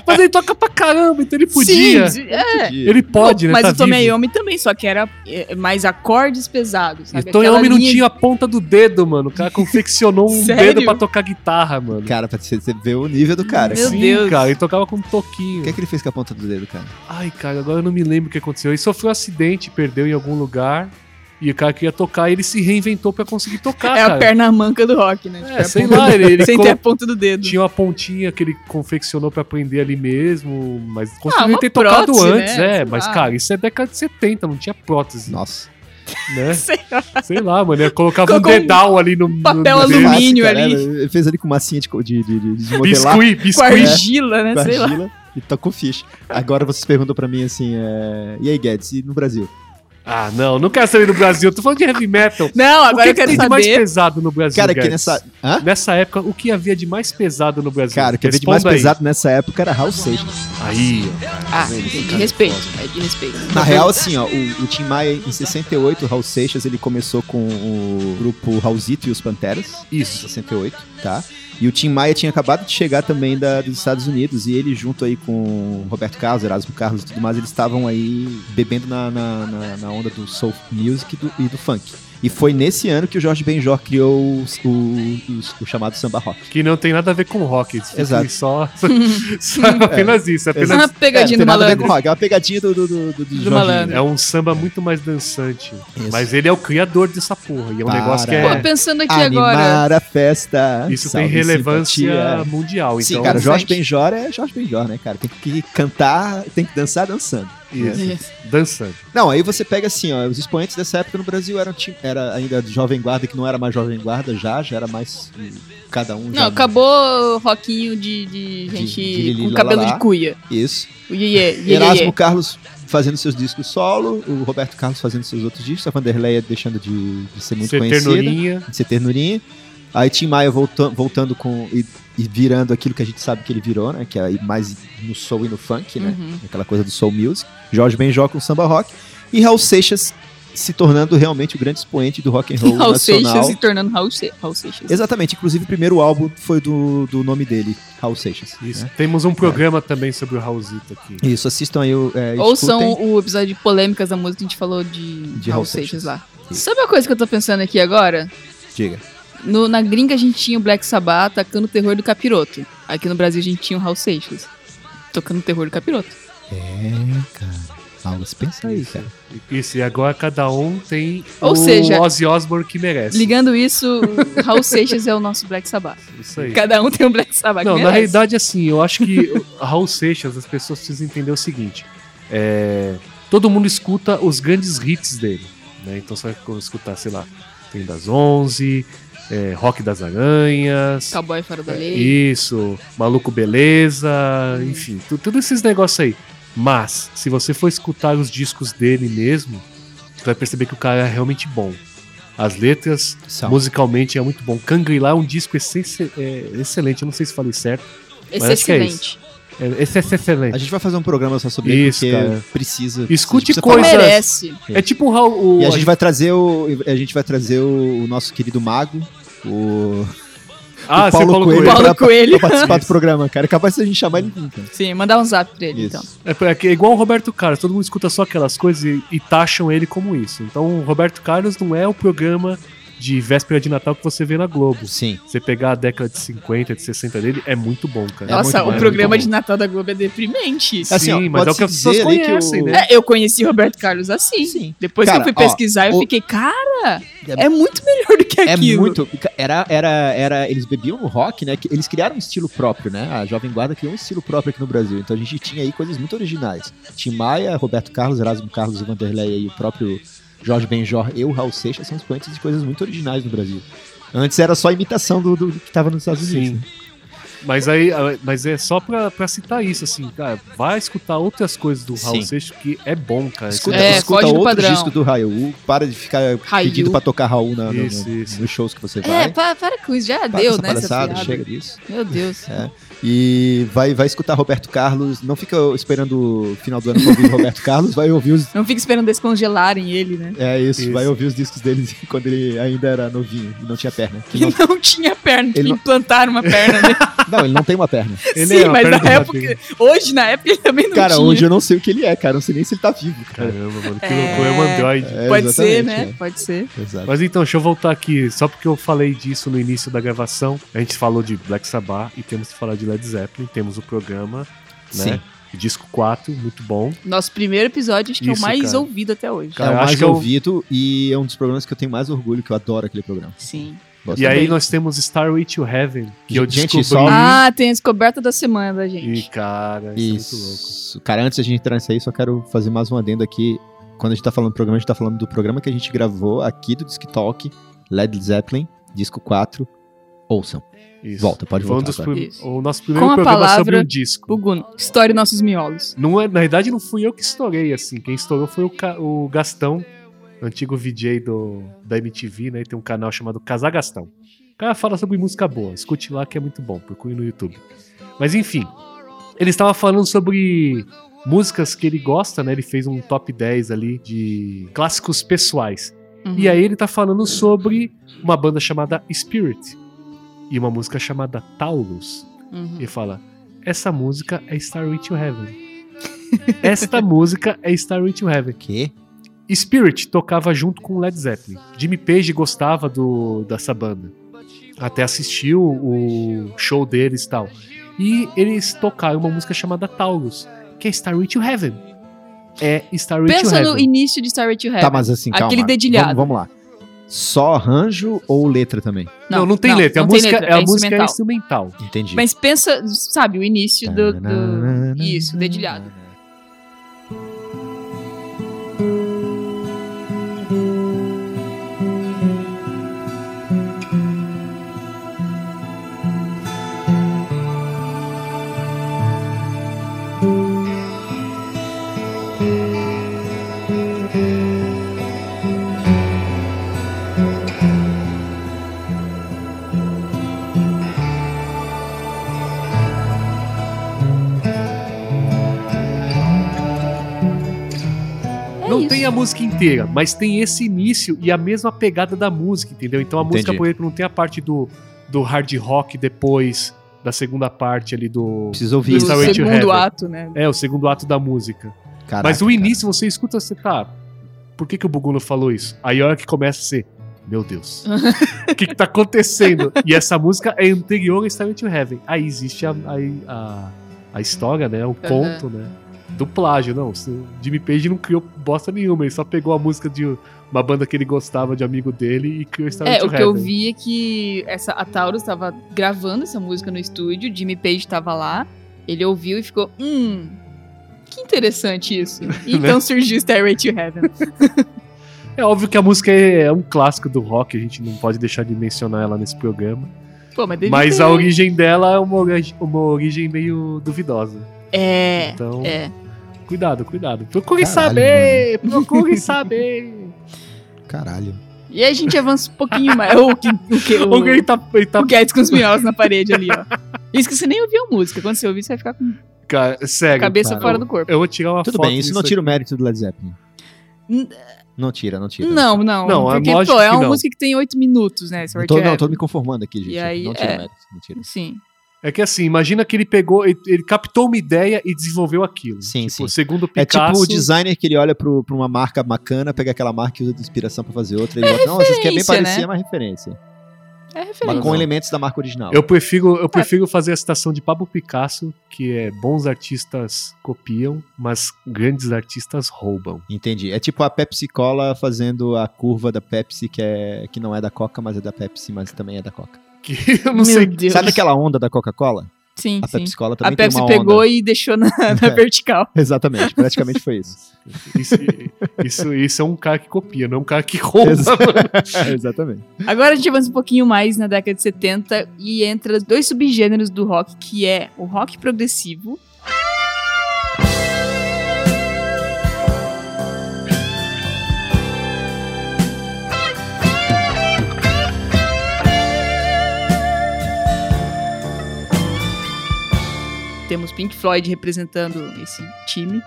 S2: Mas ele toca pra caramba, então ele podia.
S1: Sim, é.
S2: Ele pode, né?
S1: Mas
S2: tá
S1: o Tommy
S2: vivo.
S1: Iommi também, só que era é, mais acordes pesados, sabe?
S2: E Tom
S1: Aquela
S2: Iommi Então, não
S1: linha
S2: tinha a ponta do dedo, mano. O cara confeccionou um
S1: Sério?
S2: dedo pra tocar guitarra, mano.
S3: Cara, pra você você ver o nível do cara. assim.
S1: Meu
S2: Sim,
S1: Deus.
S2: cara, ele tocava com um
S3: O
S2: toquinho.
S3: que é que ele fez com a ponta do dedo, cara?
S2: Ai, cara, agora eu não me lembro o que aconteceu. Ele sofreu um acidente, perdeu em algum lugar. E o cara queria tocar, e ele se reinventou pra conseguir tocar,
S1: É
S2: cara.
S1: a perna manca do rock, né? Tipo,
S2: É,
S1: a
S2: sei
S1: ponta-
S2: lá, ele, ele
S1: Sem ter
S2: colocou-
S1: a ponta do dedo.
S2: tinha uma pontinha que ele confeccionou pra prender ali mesmo, mas conseguiu
S1: Ah, uma
S2: ter tocado
S1: prótese,
S2: antes,
S1: né?
S2: é,
S1: Sei
S2: mas
S1: lá.
S2: cara, isso é década de 70, não tinha prótese,
S3: Nossa.
S2: né?
S1: Sei lá.
S2: Sei lá, mano, ele colocava
S1: Colocou
S2: um
S1: um
S2: dedal ali no no
S1: papel
S2: dedo.
S1: alumínio. Alumínio
S3: Massa, um cara,
S1: ali.
S3: ela- Ele fez ali com massinha de, co- de, de, de- de modelar É.
S2: biscuit,
S1: Com
S2: biscuit.
S1: argila, né?
S3: com
S1: Sei lá.
S3: argila e tocou ficha. Agora vocês perguntam pra mim assim, é, e aí Guedes, e no Brasil?
S2: Ah, não, não quero saber do Brasil, tô falando de heavy metal.
S1: Não,
S2: o que,
S1: agora eu
S2: que
S1: quero
S2: tem de mais
S1: saber.
S2: pesado no Brasil,
S3: Cara, que
S2: Guedes?
S3: nessa... Hã?
S2: Nessa época, o que havia de mais pesado no Brasil?
S3: Cara, o que eu vi de mais
S2: Responda aí.
S3: pesado nessa época era House 6.
S2: Aí,
S1: Ah, de respeito. É de respeito.
S3: Na real, assim, ó, o, o Tim Maia, em 68, o Raul Seixas, ele começou com o grupo Raulzito e os Panteras. Isso. Em 68, tá? E o Tim Maia tinha acabado de chegar também da- dos Estados Unidos, e ele junto aí com o Roberto Carlos, Erasmo Carlos e tudo mais, eles estavam aí bebendo na, na, na- na onda do soul music e do, e do funk. E foi nesse ano que o Jorge Benjor criou os- o, os- o chamado samba rock.
S2: que não tem nada a ver com rock. isso
S3: Exato.
S2: foi Só, só, apenas isso,
S1: É
S2: apenas
S1: uma pegadinha
S3: É,
S1: do
S3: não tem nada a ver com
S1: malandro.
S3: rock, é uma pegadinha do, do, do, do, Jorginho.
S1: malandro.
S2: É um samba muito mais dançante.
S3: Isso.
S2: Mas ele é o criador dessa porra. E é um
S3: Para.
S2: negócio que
S1: Pô,
S2: é.
S1: pensando aqui
S3: Animar
S1: agora.
S3: a festa.
S2: Isso tem
S3: salve
S2: relevância
S3: simpatia.
S2: mundial.
S3: Sim,
S2: então,
S3: cara, Jorge
S1: dançante.
S3: Benjor é Jorge Benjor, né, cara? Tem que cantar, tem que dançar dançando.
S2: Isso. Dançante.
S3: Não, aí você pega assim, ó, os expoentes dessa época no Brasil eram ti- era ainda Jovem Guarda, que não era mais Jovem Guarda já, já era mais hum, cada um. já-
S1: Não, acabou o roquinho de, de
S3: De-
S1: gente
S3: de lili,
S1: com
S3: lá,
S1: cabelo
S3: lá, lá.
S1: de cuia.
S3: Isso.
S1: O iê, iê,
S3: Erasmo
S1: iê.
S3: Carlos fazendo seus discos solo, o Roberto Carlos fazendo seus outros discos, a Vanderleia deixando de, de ser muito
S2: Ser
S3: conhecida, né?
S2: ternurinha.
S3: de ser ternurinha. Aí Tim Maia volta- voltando com e, e virando aquilo que a gente sabe que ele virou, né? Que é mais no soul e no funk, né?
S1: Uhum.
S3: aquela coisa do soul music, Jorge Benjó com samba rock e Raul Seixas se tornando realmente o grande expoente do rock and roll
S1: Raul
S3: nacional.
S1: Seixas se tornando Raul, Se Raul Seixas.
S3: Exatamente, inclusive o primeiro álbum foi do, do nome dele, Raul Seixas.
S2: Isso.
S3: né?
S2: Temos um programa também sobre o Raulzito aqui.
S3: Isso, assistam aí o é,
S1: Ou
S3: escutem.
S1: são o episódio de polêmicas da música que a gente falou de,
S3: De Raul
S1: Raul
S3: Seixas.
S1: Seixas lá.
S3: Isso.
S1: Sabe uma coisa que eu tô pensando aqui agora?
S3: Diga.
S1: No- na gringa a gente tinha o Black Sabbath tocando o terror do capiroto. Aqui no Brasil a gente tinha o Raul Seixas tocando o terror do capiroto.
S3: É, cara. Algo se pensa aí, cara.
S2: Isso. E agora cada um tem
S1: Ou
S2: o
S1: seja,
S2: Ozzy Osbourne que merece.
S1: Ligando isso, o Raul Seixas é o nosso Black Sabbath.
S2: Isso aí.
S1: Cada um tem um Black Sabbath.
S2: Não,
S1: que
S2: na
S1: merece.
S2: realidade, assim, eu acho que o Raul Seixas, as pessoas precisam entender o seguinte: é, todo mundo escuta os grandes hits dele, né? Então você vai escutar, sei lá, Tem das 11, é, Rock das Aranhas,
S1: Cowboy fora da lei.
S2: isso, Maluco Beleza, enfim, tu- tudo esses negócios aí. Mas, se você for escutar os discos dele mesmo, você vai perceber que o cara é realmente bom. As letras
S3: São.
S2: musicalmente é muito bom. Cangrilá é um disco exce- é, excelente, eu não sei se falei certo.
S1: Esse
S2: mas
S1: é
S2: acho que é
S1: excelente.
S2: É, esse é
S3: A
S2: excelente.
S3: gente vai fazer um programa só sobre
S2: Isso,
S3: ele, porque
S2: cara.
S3: precisa.
S2: Escute
S3: a gente precisa
S2: coisa-
S3: falar.
S1: Merece.
S2: É tipo o Raul. o-
S3: E a gente vai trazer o. A gente vai trazer o, o nosso querido mago, o,
S2: Ah,
S3: o Paulo,
S2: você falou
S3: Coelho,
S2: Coelho.
S1: Paulo
S3: pra- pra-
S1: Coelho.
S3: pra participar do
S2: Isso.
S3: programa, cara. É capaz de a gente chamar ele, cara.
S1: Sim, mandar um zap pra ele, então.
S2: É, pra- é igual o Roberto Carlos, todo mundo escuta só aquelas coisas e, e taxam ele como isso. Então o Roberto Carlos não é o programa de véspera de Natal que você vê na Globo.
S3: Sim.
S2: Você pegar a década de 50, de 60 dele, é muito bom, cara.
S1: Nossa,
S3: muito bom,
S1: o
S3: é
S1: programa
S2: muito
S1: de Natal da Globo é deprimente.
S2: Sim,
S3: Assim, ó,
S2: mas é o
S3: pode-se
S2: que as pessoas
S3: dizer ali que
S2: conhecem,
S3: o-
S2: né?
S1: É, eu conheci Roberto Carlos assim.
S3: Sim.
S1: Depois
S3: Cara,
S1: que eu
S3: ó,
S1: fui pesquisar, eu
S3: o-
S1: fiquei, cara, é muito melhor do que
S3: É
S1: aquilo.
S3: muito. Era, era, era. Eles bebiam o rock, né? que Eles criaram um estilo próprio, né? A Jovem Guarda criou um estilo próprio aqui no Brasil. Então a gente tinha aí coisas muito originais. Tim Maia, Roberto Carlos, Erasmo Carlos, Vanderlei e o próprio Jorge Benjor e o Raul Seixas são expoentes de coisas muito originais no Brasil. Antes era só imitação do, do que tava nos Estados Unidos.
S2: Sim.
S3: né?
S2: Mas aí, ah, mas é só pra, pra citar isso, assim, cara, vai escutar outras coisas do Raul
S3: Sim.
S2: Seixas que é bom, cara.
S3: Escuta,
S1: É,
S3: escuta
S1: foge do
S3: outro
S1: padrão.
S3: disco do Raul. Para de ficar
S1: Raul.
S3: pedindo pra tocar Raul na, no-
S2: Isso,
S3: no-
S2: isso.
S3: nos shows que você vai.
S1: É, pa- para com isso, já
S3: Para
S1: deu,
S3: essa
S1: né? essa
S3: palhaçada,
S1: piada.
S3: chega disso.
S1: Meu Deus.
S3: É. E vai, vai escutar Roberto Carlos. Não fica esperando o final do ano pra ouvir Roberto Carlos. Vai ouvir os.
S1: Não fica esperando descongelarem ele, né?
S3: É isso,
S2: Isso.
S3: vai ouvir os discos dele quando ele ainda era novinho e não tinha perna. Que
S1: Que
S3: não,
S1: não tinha perna, que
S3: Ele não-
S1: implantaram uma perna nele.
S3: não, ele não tem uma perna.
S1: Sim,
S2: é, uma
S1: mas
S2: perna
S1: na
S2: do
S1: época-
S2: Rabin.
S1: Hoje, na época, ele também não
S3: Cara,
S1: tinha.
S3: hoje eu não sei o que ele é, cara. Não sei nem se ele tá vivo, cara.
S2: Caramba, mano, que
S1: É.
S2: loucura, é um Android.
S3: É,
S1: Pode ser,
S3: exatamente,
S1: né? Pode ser.
S3: é. Exato.
S2: Mas então, deixa eu voltar aqui, só porque eu falei disso no início da gravação. A gente falou de Black Sabbath e temos que falar de Led Zeppelin, temos o programa, né?
S3: Sim.
S2: Disco 4, muito bom.
S1: Nosso primeiro episódio, acho que é o
S2: Isso,
S1: mais
S2: cara.
S1: ouvido até hoje.
S2: Cara,
S3: é o
S2: eu acho
S3: mais
S2: que eu-
S3: ouvido e é um dos programas que eu tenho mais orgulho, que eu adoro aquele programa.
S1: Sim.
S3: Gosto
S2: e aí
S1: também.
S2: nós temos Starway to Heaven, que eu
S3: Gente,
S2: descobri.
S3: só- um
S1: Ah, tem a descoberta da semana da gente.
S2: E cara, isso é muito louco.
S3: Isso. Cara, antes da gente entrar nisso aí, só quero fazer mais um adendo aqui. Quando a gente tá falando do programa, a gente tá falando do programa que a gente gravou aqui do Disc Talk, Led Zeppelin, disco 4. Ouçam.
S2: Isso.
S3: Volta, pode
S2: Foi um
S3: voltar.
S2: dos
S3: agora.
S2: prim-
S1: Isso.
S2: O nosso primeiro
S1: Com a
S2: programa sobre
S1: palavra,
S2: o disco.
S1: O Guno, estoure nossos miolos.
S2: Não é, na verdade, não fui eu que estourei, assim. Quem estourou foi o, Ca- o Gastão, antigo VJ do, da MTV, né? E Tem um canal chamado Casar Gastão. O cara fala sobre música boa. Escute lá que é muito bom. Procure no YouTube. Mas enfim, ele estava falando sobre músicas que ele gosta, né? Ele fez um top 10 ali de clássicos pessoais.
S1: Uhum.
S2: E aí ele tá falando sobre uma banda chamada Spirit e uma música chamada Taurus
S1: Uhum.
S2: e fala: Essa música é Starway to Heaven. Esta música é Starway to Heaven.
S3: Quê?
S2: Spirit tocava junto com Led Zeppelin. Jimmy Page gostava do, dessa banda. Até assistiu o show deles e tal. E eles tocaram uma música chamada Taurus, que é Starway to Heaven. É Starway to
S1: Pensa
S2: Heaven.
S1: no início de Starry to Heaven.
S3: Tá, mas assim, calma.
S1: Aquele dedilhado.
S3: Vamos, vamos lá. Só arranjo ou letra também?
S2: Não, não tem letra.
S1: não
S2: a
S1: tem
S2: música,
S1: letra,
S2: é,
S1: é
S2: a música é
S1: instrumental.
S2: instrumental.
S3: Entendi.
S1: Mas pensa, sabe, o início do. do... Isso, dedilhado. É
S2: Não
S1: isso.
S2: tem a música inteira, mas tem esse início e a mesma pegada da música, entendeu? Então a
S3: Entendi.
S2: música, por exemplo, não tem a parte do, do hard rock depois da segunda parte ali do.
S3: Preciso
S1: Do
S3: ouvir.
S2: Isso, Starway to Heaven.
S1: segundo ato, né?
S2: É, o segundo ato da música.
S3: Caraca,
S2: mas o
S3: cara.
S2: início, você escuta, você tá. Por que, que o Buguno falou isso? Aí a hora que começa a ser. Meu Deus. O que, que tá acontecendo? E essa música é anterior a Starway to Heaven. Aí existe a, a, a, a história, né? O conto, né? Do plágio, não. o Jimmy Page não criou bosta nenhuma. Ele só pegou a música de uma banda que ele gostava, de amigo dele, e criou Starway
S1: É,
S2: to
S1: o
S2: Heaven.
S1: que eu vi é que essa, a Taurus tava gravando essa música no estúdio, Jimmy Page tava lá, ele ouviu e ficou, hum, que interessante isso. E então surgiu Stairway to Heaven.
S2: É óbvio que a música é, é um clássico do rock, a gente não pode deixar de mencionar ela nesse programa.
S1: Pô, mas deve
S2: Mas
S1: ter-
S2: a origem dela é uma, origi- uma origem meio duvidosa.
S1: É,
S2: Então,
S1: é.
S2: cuidado, cuidado. Procure
S3: Caralho,
S2: saber! Procure saber!
S3: Caralho.
S1: E aí a gente avança um pouquinho mais. O que o, que, o,
S2: Ou ele tá, ele tá
S1: o Guedes com os minholas na parede ali, ó. Isso que você nem ouviu a música. Quando você ouvir, você vai ficar com
S2: Cara, sério.
S1: a cabeça
S2: cara,
S1: fora do corpo.
S2: Eu vou tirar uma
S3: Tudo
S2: foto.
S3: bem, isso não
S2: disso
S3: tira o mérito do Led Zeppelin.
S1: N-
S3: Não tira, não tira.
S1: Não, não.
S2: Não, é
S1: porque,
S2: lógico
S1: pô, é
S2: que
S1: uma
S2: não.
S1: música que tem oito minutos, né? Stairway
S3: Eu tô,
S1: to
S3: não,
S1: Heaven.
S3: tô me conformando aqui, gente.
S1: E aí,
S3: não tira
S1: é.
S3: mérito, não tira.
S1: Sim.
S2: É que assim, imagina que ele pegou, ele, ele captou uma ideia e desenvolveu aquilo.
S3: Sim,
S2: tipo,
S3: sim.
S2: Segundo
S3: É
S2: Picasso.
S3: tipo o designer que ele olha pro- pra uma marca bacana, pega aquela marca e usa de inspiração pra fazer outra. Ele bota, não, vocês querem bem
S1: referência,
S3: parecer, é uma referência.
S1: É
S3: Mas
S1: referência.
S3: com elementos da marca original.
S2: Eu prefiro, eu prefiro fazer a citação de Pablo Picasso, que é bons artistas copiam, mas grandes artistas roubam.
S3: Entendi. É tipo a Pepsi Cola fazendo a curva da Pepsi, que, é, que não é da Coca, mas é da Pepsi, mas também é da Coca.
S2: Que eu não
S1: Meu
S2: sei.
S1: Deus.
S3: Sabe aquela onda da Coca-Cola?
S1: Sim,
S3: A
S1: sim.
S3: Pepsi Cola também
S1: A Pepsi
S3: tem uma
S1: pegou
S3: onda.
S1: e deixou na, na
S3: É.
S1: vertical.
S3: Exatamente, praticamente foi isso.
S2: Isso, isso, isso é um cara que copia, não é um cara que rouba.
S3: Exa- Exatamente.
S1: Agora a gente avança um pouquinho mais na década de 70 e entra dois subgêneros do rock, que é o rock progressivo temos Pink Floyd representando esse time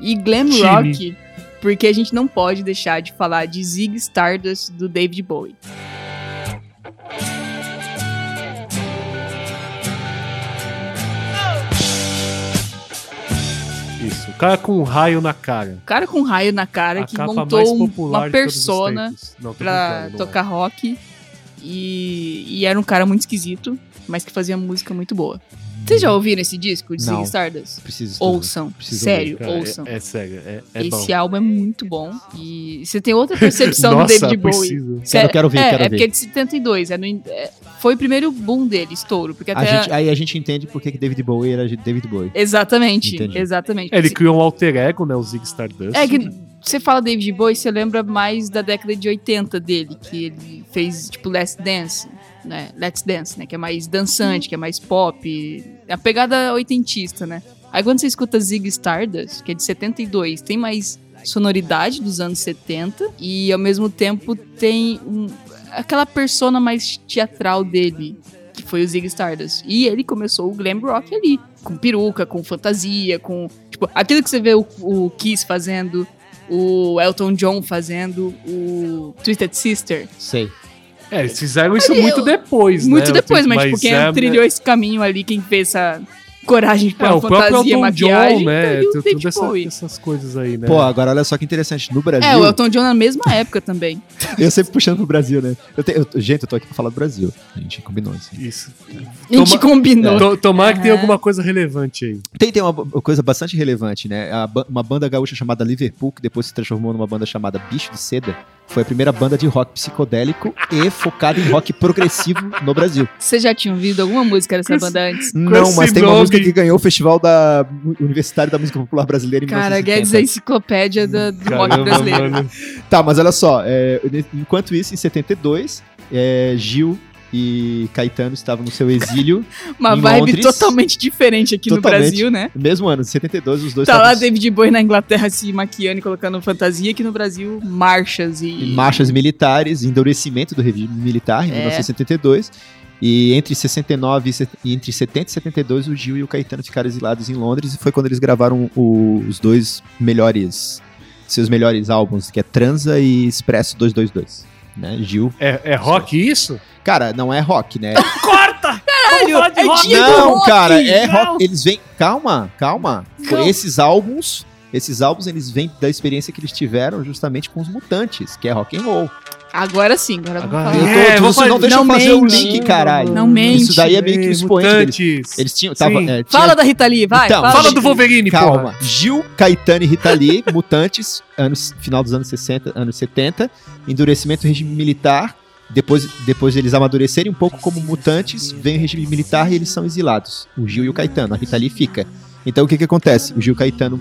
S1: e glam
S2: Time.
S1: rock, porque a gente não pode deixar de falar de Zig Stardust do David Bowie.
S2: Isso, o cara com um raio na cara.
S1: O cara com raio na cara
S2: a
S1: que
S2: capa mais
S1: montou um-
S2: popular
S1: uma
S2: de todos os
S1: persona
S2: tempos. Não, tô
S1: pra
S2: brincando, não é.
S1: tocar rock e, e era um cara muito esquisito, mas que fazia música muito boa. Vocês já ouviram esse disco de Zig
S3: Não.
S1: Stardust?
S3: Preciso
S1: Ouçam,
S3: Preciso
S1: sério,
S2: Cara, é-
S1: ouçam.
S2: É, sério, é, é bom.
S1: Esse álbum é muito bom. E você tem outra percepção do
S2: Nossa,
S1: David Bowie.
S2: preciso.
S1: Cê-
S3: Quero- quero ver,
S1: é,
S3: quero
S1: é
S3: ver.
S1: porque é de 72. É no in- é- foi o primeiro boom dele, estouro. Porque até.
S3: A gente, aí a gente entende por que que David Bowie era David Bowie.
S1: Exatamente,
S3: Entendi.
S1: exatamente.
S2: É, Ele criou um alter ego, né? O Zig Stardust.
S1: É que você fala David Bowie, você lembra mais da década de 80 dele, que ele fez tipo Let's Dance, né? Let's Dance, né? Que é mais dançante, que é mais pop. A pegada oitentista, né? Aí quando você escuta Zig Stardust, que é de 72, tem mais sonoridade dos anos 70 e ao mesmo tempo tem um- aquela persona mais teatral dele, que foi o Zig Stardust. E ele começou o glam rock ali, com peruca, com fantasia, com tipo, aquilo que você vê o, o Kiss fazendo, o Elton John fazendo, o Twisted Sister.
S3: Sei.
S2: É, eles fizeram isso muito depois, né?
S1: Muito depois, mas, tipo, quem
S2: é,
S1: trilhou esse caminho ali, quem fez essa coragem de pôr
S2: É,
S1: uma
S2: o próprio
S1: fantasia,
S2: Elton
S1: maquiagem,
S2: John, né?
S1: tá aí o
S2: Tem
S1: David
S2: todas essa-
S1: Bowie.
S2: essas coisas aí, né?
S3: Pô, agora olha só que interessante. No Brasil,
S1: É, o Elton John na mesma época também.
S3: eu sempre puxando pro Brasil, né? Eu tenho- eu- gente, eu tô aqui pra falar do Brasil. A gente combinou isso.
S2: Isso.
S1: A gente
S2: Toma- É.
S1: combinou.
S2: To- tomara que tenha
S1: Aham.
S2: alguma coisa relevante aí.
S3: Tem, tem uma bo- coisa bastante relevante, né? A ba- uma banda gaúcha chamada Liverpool, que depois se transformou numa banda chamada Bicho de Seda, foi a primeira banda de rock psicodélico e focada em rock progressivo no Brasil.
S1: Você já tinha ouvido alguma música dessa banda antes?
S3: Não,
S2: esse
S3: mas tem uma
S2: nome.
S3: música que ganhou o Festival da Universitário da Música Popular Brasileira em
S1: Cara, Guedes é a
S3: 1980.
S1: enciclopédia do, do rock
S2: Caramba,
S1: brasileiro.
S2: mano.
S3: Tá, mas olha só, é, enquanto isso, em 72, é, Gil e Caetano estavam no seu exílio.
S1: Uma
S3: Em
S1: vibe
S3: Londres.
S1: totalmente diferente aqui
S3: Totalmente.
S1: no Brasil, né?
S3: No mesmo ano, em 72, os dois
S1: Tá lá
S3: estavam
S1: David Bowie na Inglaterra se maquiando e colocando fantasia, aqui no Brasil, marchas e.
S3: em marchas militares, endurecimento do regime militar, em
S1: É.
S3: 1972. E entre 69 e se- e entre 70 e 72, o Gil e o Caetano ficaram exilados em Londres e foi quando eles gravaram o- os dois melhores, seus melhores álbuns, que é Transa e Expresso 222. Né? Gil.
S2: É, é rock isso?
S3: Cara, não é rock, né?
S1: Caralho,
S2: Vamos falar de
S1: é
S2: rock?
S1: dia do
S3: Não,
S1: rock!
S3: cara, é
S2: não.
S3: rock. Eles vêm. Calma, calma.
S1: Calma.
S3: Esses álbuns, esses álbuns, eles vêm da experiência que eles tiveram justamente com os mutantes, que é rock and roll.
S1: Agora sim, agora,
S2: Agora-
S1: vamos falar.
S2: É,
S3: Eu tô-
S2: vou
S3: isso não
S2: fazer-
S3: deixa eu
S1: não
S3: fazer o
S1: mente.
S3: link, caralho.
S1: Não mente.
S3: Isso daí é meio que um
S2: Ei,
S3: expoente deles.
S2: mutantes.
S3: Eles tinham. Tava,
S2: Sim.
S3: é, tinha-
S1: Fala da Rita Lee, vai.
S3: Então,
S2: Fala
S1: da
S2: do
S1: Rita Lee.
S2: Wolverine,
S3: Calma.
S2: porra.
S3: Gil, Caetano e Rita Lee, Mutantes, anos, final dos anos 60, anos 70, endurecimento do regime militar. Depois, depois eles amadurecerem um pouco como mutantes, vem o regime militar e eles são exilados. O Gil e o Caetano, a Rita Lee fica. Então o que que acontece? O Gil e o Caetano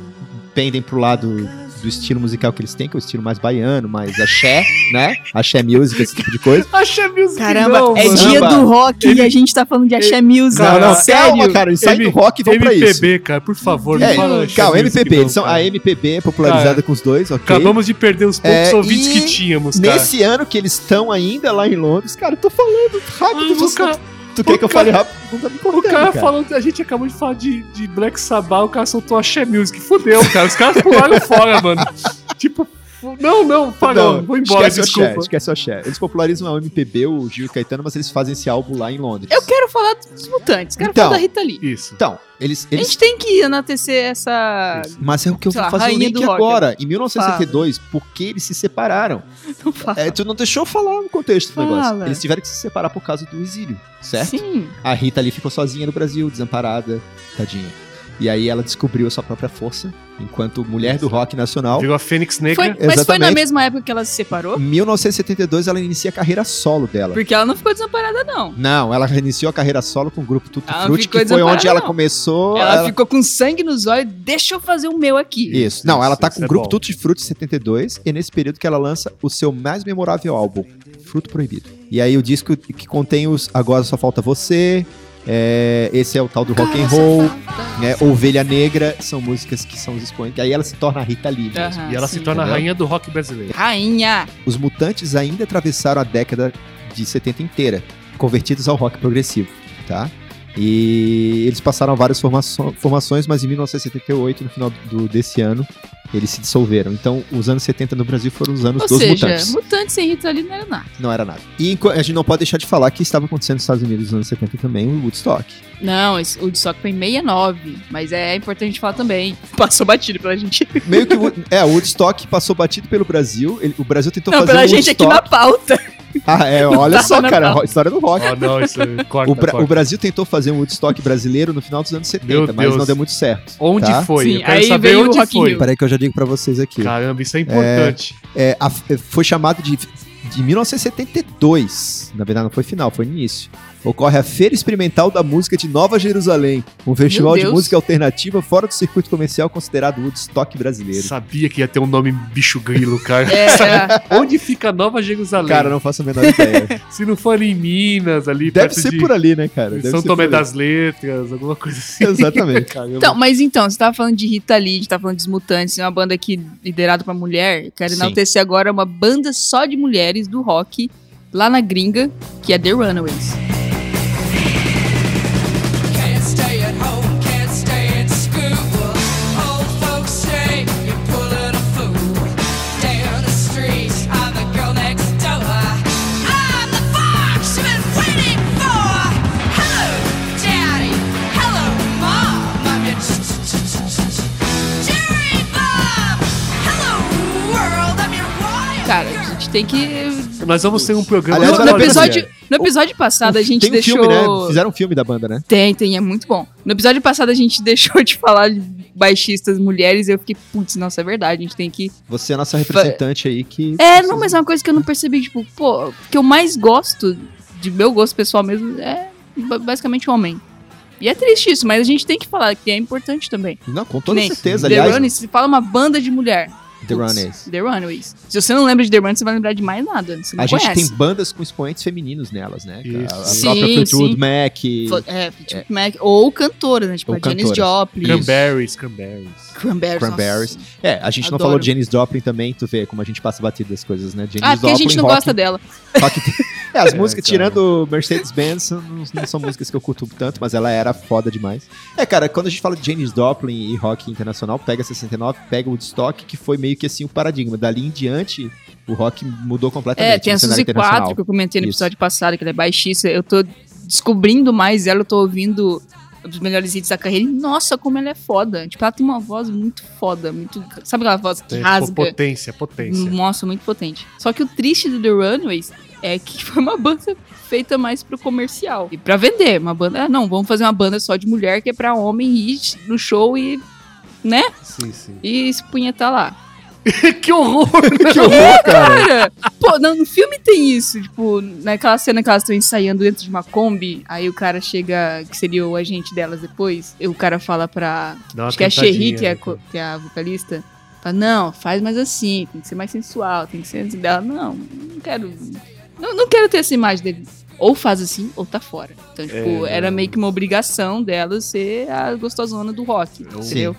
S3: pendem pro lado do estilo musical que eles têm, que é o estilo mais baiano, mais axé, né? Axé music, esse tipo de coisa.
S2: Achei music
S1: Caramba,
S2: não,
S1: é
S2: mano.
S1: dia
S3: Samba.
S1: do rock e a gente tá falando de axé music.
S2: Não, não,
S1: sério.
S3: calma, cara, eles saem
S2: M-
S3: do rock e vão pra isso.
S2: MPB, cara, por favor, não
S3: É,
S2: fala Axé
S3: calma,
S2: Music
S3: MPB,
S2: não,
S3: eles são
S2: cara.
S3: a MPB é popularizada
S2: Cara,
S3: com os dois, ok?
S2: Acabamos de perder os poucos
S3: É,
S2: ouvintes
S3: e
S2: que tínhamos, cara.
S3: Nesse ano que eles estão ainda lá em Londres, cara, eu tô falando rápido.
S2: Mas o
S3: você
S2: cara-
S3: tu quer que eu
S2: cara-
S3: fale rápido? Não tá me
S2: O
S3: cortando,
S2: cara,
S3: cara.
S2: falando, a gente acabou de falar de, de Black Sabbath, o cara soltou Axé Music, fudeu, cara. Os caras pularam fora, mano. Tipo, não, não, parou,
S3: Não,
S2: vou embora,
S3: esquece O axé,
S2: desculpa.
S3: esquece o axé. Eles popularizam o MPB, o Gil e o Caetano, mas eles fazem esse álbum lá em Londres.
S1: Eu quero falar dos mutantes, quero
S3: Então.
S1: falar da Rita Lee.
S2: Isso.
S3: Então, eles...
S1: A
S3: eles...
S1: gente tem que enaltecer essa.
S3: Mas é o que eu
S1: Sei
S3: vou
S1: lá,
S3: fazer o
S1: rainha
S3: link
S1: do rock.
S3: agora. Em 1972, por que eles se separaram?
S1: Não fala.
S3: É, tu não deixou eu falar o contexto do negócio.
S1: Fala.
S3: Eles tiveram que se separar por causa do exílio, certo?
S1: Sim.
S3: A Rita ali ficou sozinha no Brasil, desamparada, tadinha. E aí ela descobriu a sua própria força, enquanto mulher do rock nacional.
S2: Virou a Fênix
S1: Foi-
S2: Negra.
S1: mas foi na
S3: Exatamente.
S1: mesma época que ela se separou?
S3: Em 1972 ela inicia a carreira solo dela.
S1: Porque ela não ficou desamparada, não.
S3: Não, ela reiniciou a carreira solo com o grupo Tutti
S1: Ela não
S3: Frutti,
S1: Ah, ficou
S3: que foi onde
S1: desamparada,
S3: ela
S1: não.
S3: começou.
S1: Ela,
S3: ela-
S1: ficou com sangue nos olhos, deixa eu fazer o meu aqui.
S3: Isso. Não, ela tá
S2: Isso,
S3: com o
S2: isso é
S3: grupo
S2: bom.
S3: Tutti Frutti 72 e nesse período que ela lança o seu mais memorável álbum, Fruto Proibido. E aí o disco que contém os Agora Só Falta Você, é, esse é o tal do rock and roll, né, Ovelha Negra, são músicas que são os expoentes. Aí ela se torna a Rita Lee. mesmo.
S1: Aham,
S2: E ela
S1: sim.
S2: se torna a
S3: Entendeu?
S2: rainha do rock brasileiro.
S1: Rainha!
S3: Os Mutantes ainda atravessaram a década de 70 inteira, convertidos ao rock progressivo, tá? E eles passaram várias formaço- formações, mas em 1978, no final do- desse ano, eles se dissolveram. Então, os anos 70 no Brasil foram os anos
S1: Ou
S3: dos
S1: seja,
S3: mutantes.
S1: sem Rita Lee não era nada.
S3: Não era nada. E enqu- a gente não pode deixar de falar que estava acontecendo nos Estados Unidos nos anos 70 também, o Woodstock.
S1: Não, esse- o Woodstock foi em 69, mas é importante a gente falar também. Passou batido pela gente.
S3: Meio que o, Wood- é, o Woodstock passou batido pelo Brasil. ele- o Brasil tentou
S1: não,
S3: fazer
S1: pela
S3: um
S1: gente aqui
S3: Woodstock.
S1: na pauta.
S3: Ah, é, olha
S1: tava
S3: só,
S1: na
S3: cara,
S1: pauta.
S3: a história do rock.
S2: Oh, não, isso corta,
S3: O, Bra-
S2: corta.
S3: o Brasil tentou fazer um Woodstock brasileiro no final dos anos 70,
S2: Meu
S3: mas
S2: Deus.
S3: não deu muito certo.
S2: Onde
S3: tá?
S2: foi?
S1: Sim,
S2: eu quero
S1: aí
S2: saber
S1: veio o
S2: onde
S1: Rock in
S2: foi.
S1: Rio.
S3: Peraí que eu já digo pra vocês aqui.
S2: Caramba, isso é importante.
S3: É, a- é, foi chamado de, de 1972. Na verdade, não foi final, foi início. Ocorre a Feira Experimental da Música de Nova Jerusalém, um festival de
S1: Deus.
S3: música alternativa fora do circuito comercial considerado Woodstock brasileiro.
S2: Sabia que ia ter um nome bicho grilo, cara.
S1: É, é.
S2: Onde fica Nova Jerusalém?
S3: Cara, não faço a menor ideia.
S2: Se não for ali em Minas, ali
S3: Deve
S2: perto
S3: ser
S2: de
S3: por ali, né, cara? Deve
S2: São
S3: ser
S2: Tomé
S3: por ali.
S2: das Letras, alguma coisa assim.
S3: Exatamente, cara. Eu-
S1: Então, mas então, você tava falando de Rita Lee, a gente tava falando dos Mutantes, é uma banda aqui liderada pra mulher. Eu Quero
S3: Sim.
S1: enaltecer agora uma banda só de mulheres do rock lá na gringa, que é The Runaways.
S8: Can't stay at home, can't stay at school. Old folks say you're pulling a fool. Down the street, I'm the girl next door. I'm the fox you've been waiting for. Hello, daddy. Hello, mom. I'm your Jerry Bob. Hello, world. I'm your wild.
S1: Cara, a gente tem que.
S2: Nós vamos ter um programa.
S3: Aliás,
S1: No,
S3: olha
S1: no
S3: a
S1: episódio, no episódio passado a gente
S3: é Tem um
S1: deixou.
S3: filme, né? Fizeram um filme da banda, né?
S1: Tem, tem, é muito bom. No episódio passado a gente deixou de falar de baixistas mulheres e eu fiquei, putz, nossa, é verdade, a gente tem que.
S3: Você é a nossa representante aí que. assim,
S1: É, não, mas é uma coisa que eu não percebi, tipo, pô, o que eu mais gosto, de meu gosto pessoal mesmo, é ba- basicamente homem. E é triste isso, mas a gente tem que falar que é importante também.
S3: Não, com toda
S1: Que nem
S3: certeza,
S1: The
S3: aliás.
S1: Runaways, se fala uma banda de mulher.
S3: The
S1: Putz,
S3: Runaways.
S1: The Runaways. Se você não lembra de The Runaways, você vai lembrar de mais nada. Você não
S3: A gente
S1: conhece.
S3: tem bandas com expoentes femininos nelas, né? cara? A
S2: Isso.
S3: própria
S1: Sim,
S3: Fleetwood
S1: sim. Fo-
S3: Mac.
S1: É, tipo, Mac, ou cantora, né? Tipo,
S3: Ou
S1: a Janis
S3: cantoras.
S1: Joplin.
S2: Cranberries, Cranberries.
S1: Cranberries.
S3: Cranberries.
S1: nossa.
S3: É, a gente não
S1: Adoro.
S3: falou de Janis Joplin também, tu vê como a gente passa batido das coisas, né? Janis
S1: Ah, porque a gente não
S3: rock-
S1: gosta dela.
S3: rock- É, as músicas,
S2: É, cara.
S3: tirando Mercedes-Benz, não, não são músicas que eu curto tanto, mas ela era foda demais. É, cara, quando a gente fala de Janis Joplin e rock internacional, pega 69, pega Woodstock, que foi meio que assim o paradigma. Dali em diante, o rock mudou completamente
S1: É, tem
S3: no
S1: a
S3: tipo, cenário
S1: Suzy 4,
S3: internacional.
S1: que eu comentei no
S3: Isso.
S1: episódio passado, que ela é baixista. Eu tô descobrindo mais ela, eu tô ouvindo os melhores hits da carreira. E, nossa, como ela é foda. Tipo, ela tem uma voz muito foda, muito. Sabe aquela voz que
S2: Tem É, po-
S1: rasga? Hum.
S2: Potência, potência.
S1: Nossa, muito potente. Só que o triste do The Runaways é que foi uma banda feita mais pro comercial. E pra vender. Uma banda. Ah, não, vamos fazer uma banda só de mulher que é pra homem ir no show e. né?
S2: Sim, sim.
S1: E se punhetar lá.
S2: que horror!
S3: que horror, cara!
S1: Cara, pô, não, no filme tem isso. Tipo, naquela cena que elas estão ensaiando dentro de uma Kombi, aí o cara chega, que seria o agente delas depois, e o cara fala pra.
S2: Dá uma
S1: acho que é a
S2: tentadinha,
S1: Sherry, que é a,
S2: né?
S1: co- que é a vocalista. Fala, não, faz mais assim, tem que ser mais sensual, tem que ser antes dela. Não, não quero. Não, não quero ter essa imagem dele. Ou faz assim, ou tá fora. Então, tipo,
S2: É,
S1: era
S2: não.
S1: meio que uma obrigação dela ser a gostosona do rock.
S2: É um-
S1: Entendeu?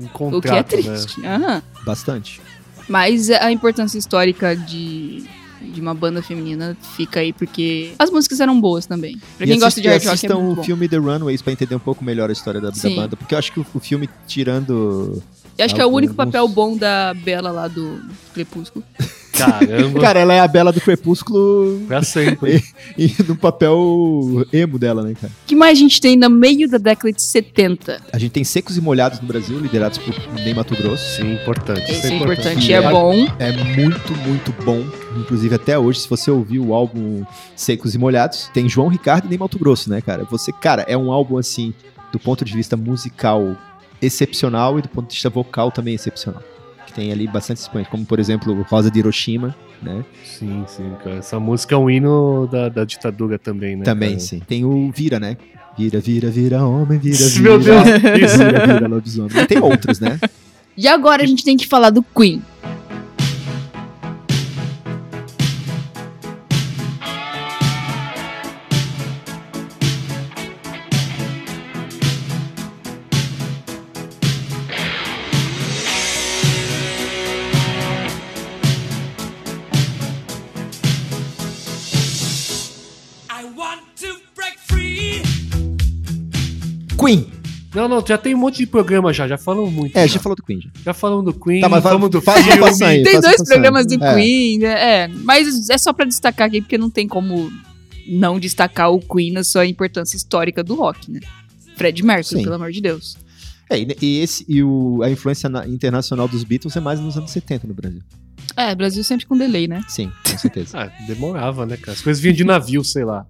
S2: Um
S1: O
S2: contrato,
S1: que é
S2: né?
S1: triste. Aham.
S3: Bastante.
S1: Mas a importância histórica de, de uma banda feminina fica aí porque as músicas eram boas também. Pra
S3: E
S1: quem gosta
S3: assist-
S1: de hard rock é
S3: assistam
S1: muito
S3: o
S1: bom.
S3: filme The Runaways pra entender um pouco melhor a história da, da
S1: Sim.
S3: banda, porque eu acho que o, o filme tirando...
S1: Eu acho que é o
S3: Alguns-
S1: único papel bom da Bela lá do Crepúsculo.
S2: Caramba,
S3: Cara, ela é a Bela do Crepúsculo
S2: pra sempre.
S3: e no papel emo dela, né, cara?
S1: O que mais a gente tem no meio da década de 70?
S3: A gente tem Secos e Molhados no Brasil, liderados por Ney Mato Grosso.
S2: Sim, importante.
S1: Isso é
S3: importante.
S1: importante, é bom.
S3: É muito, muito bom. Inclusive, até hoje, se você ouvir o álbum Secos e Molhados, tem João Ricardo e Ney Mato Grosso, né, cara? Você, cara, é um álbum assim, do ponto de vista musical, excepcional e do ponto de vista vocal também excepcional. Que tem ali bastante expoentes, como por exemplo Rosa de Hiroshima, né?
S2: Sim, sim, cara. Essa música é um hino da, da ditadura também, né?
S3: também,
S2: cara?
S3: sim. Tem o Vira, né? Vira, vira, vira, homem, vira, vira.
S2: Meu Deus, isso.
S3: Vira, vira, lobisomem. Tem outros, né?
S9: E agora a gente tem que falar do Queen.
S8: I want to break free.
S3: Queen.
S2: Não, não, já tem um monte de programa já, já falam muito.
S3: É, já
S2: já,
S3: falou do Queen. Já,
S2: já falam do Queen.
S3: tá, mas
S2: falam
S3: vamos
S2: do
S3: faz uma
S2: filme.
S3: passagem aí,
S1: Tem
S3: faz uma
S1: dois
S3: passagem.
S1: programas do
S3: É.
S1: Queen, né? É, mas é só pra destacar aqui, porque não tem como não destacar o Queen na sua importância histórica do rock, né? Fred Mercury,
S3: Sim.
S1: pelo amor de Deus.
S3: É, e- e, esse, e o, a influência na- internacional dos Beatles é mais nos anos 70 no Brasil.
S1: É, Brasil sempre com delay, né?
S3: Sim, com certeza.
S2: Ah, demorava, né, cara? As coisas vinham de navio, sei lá.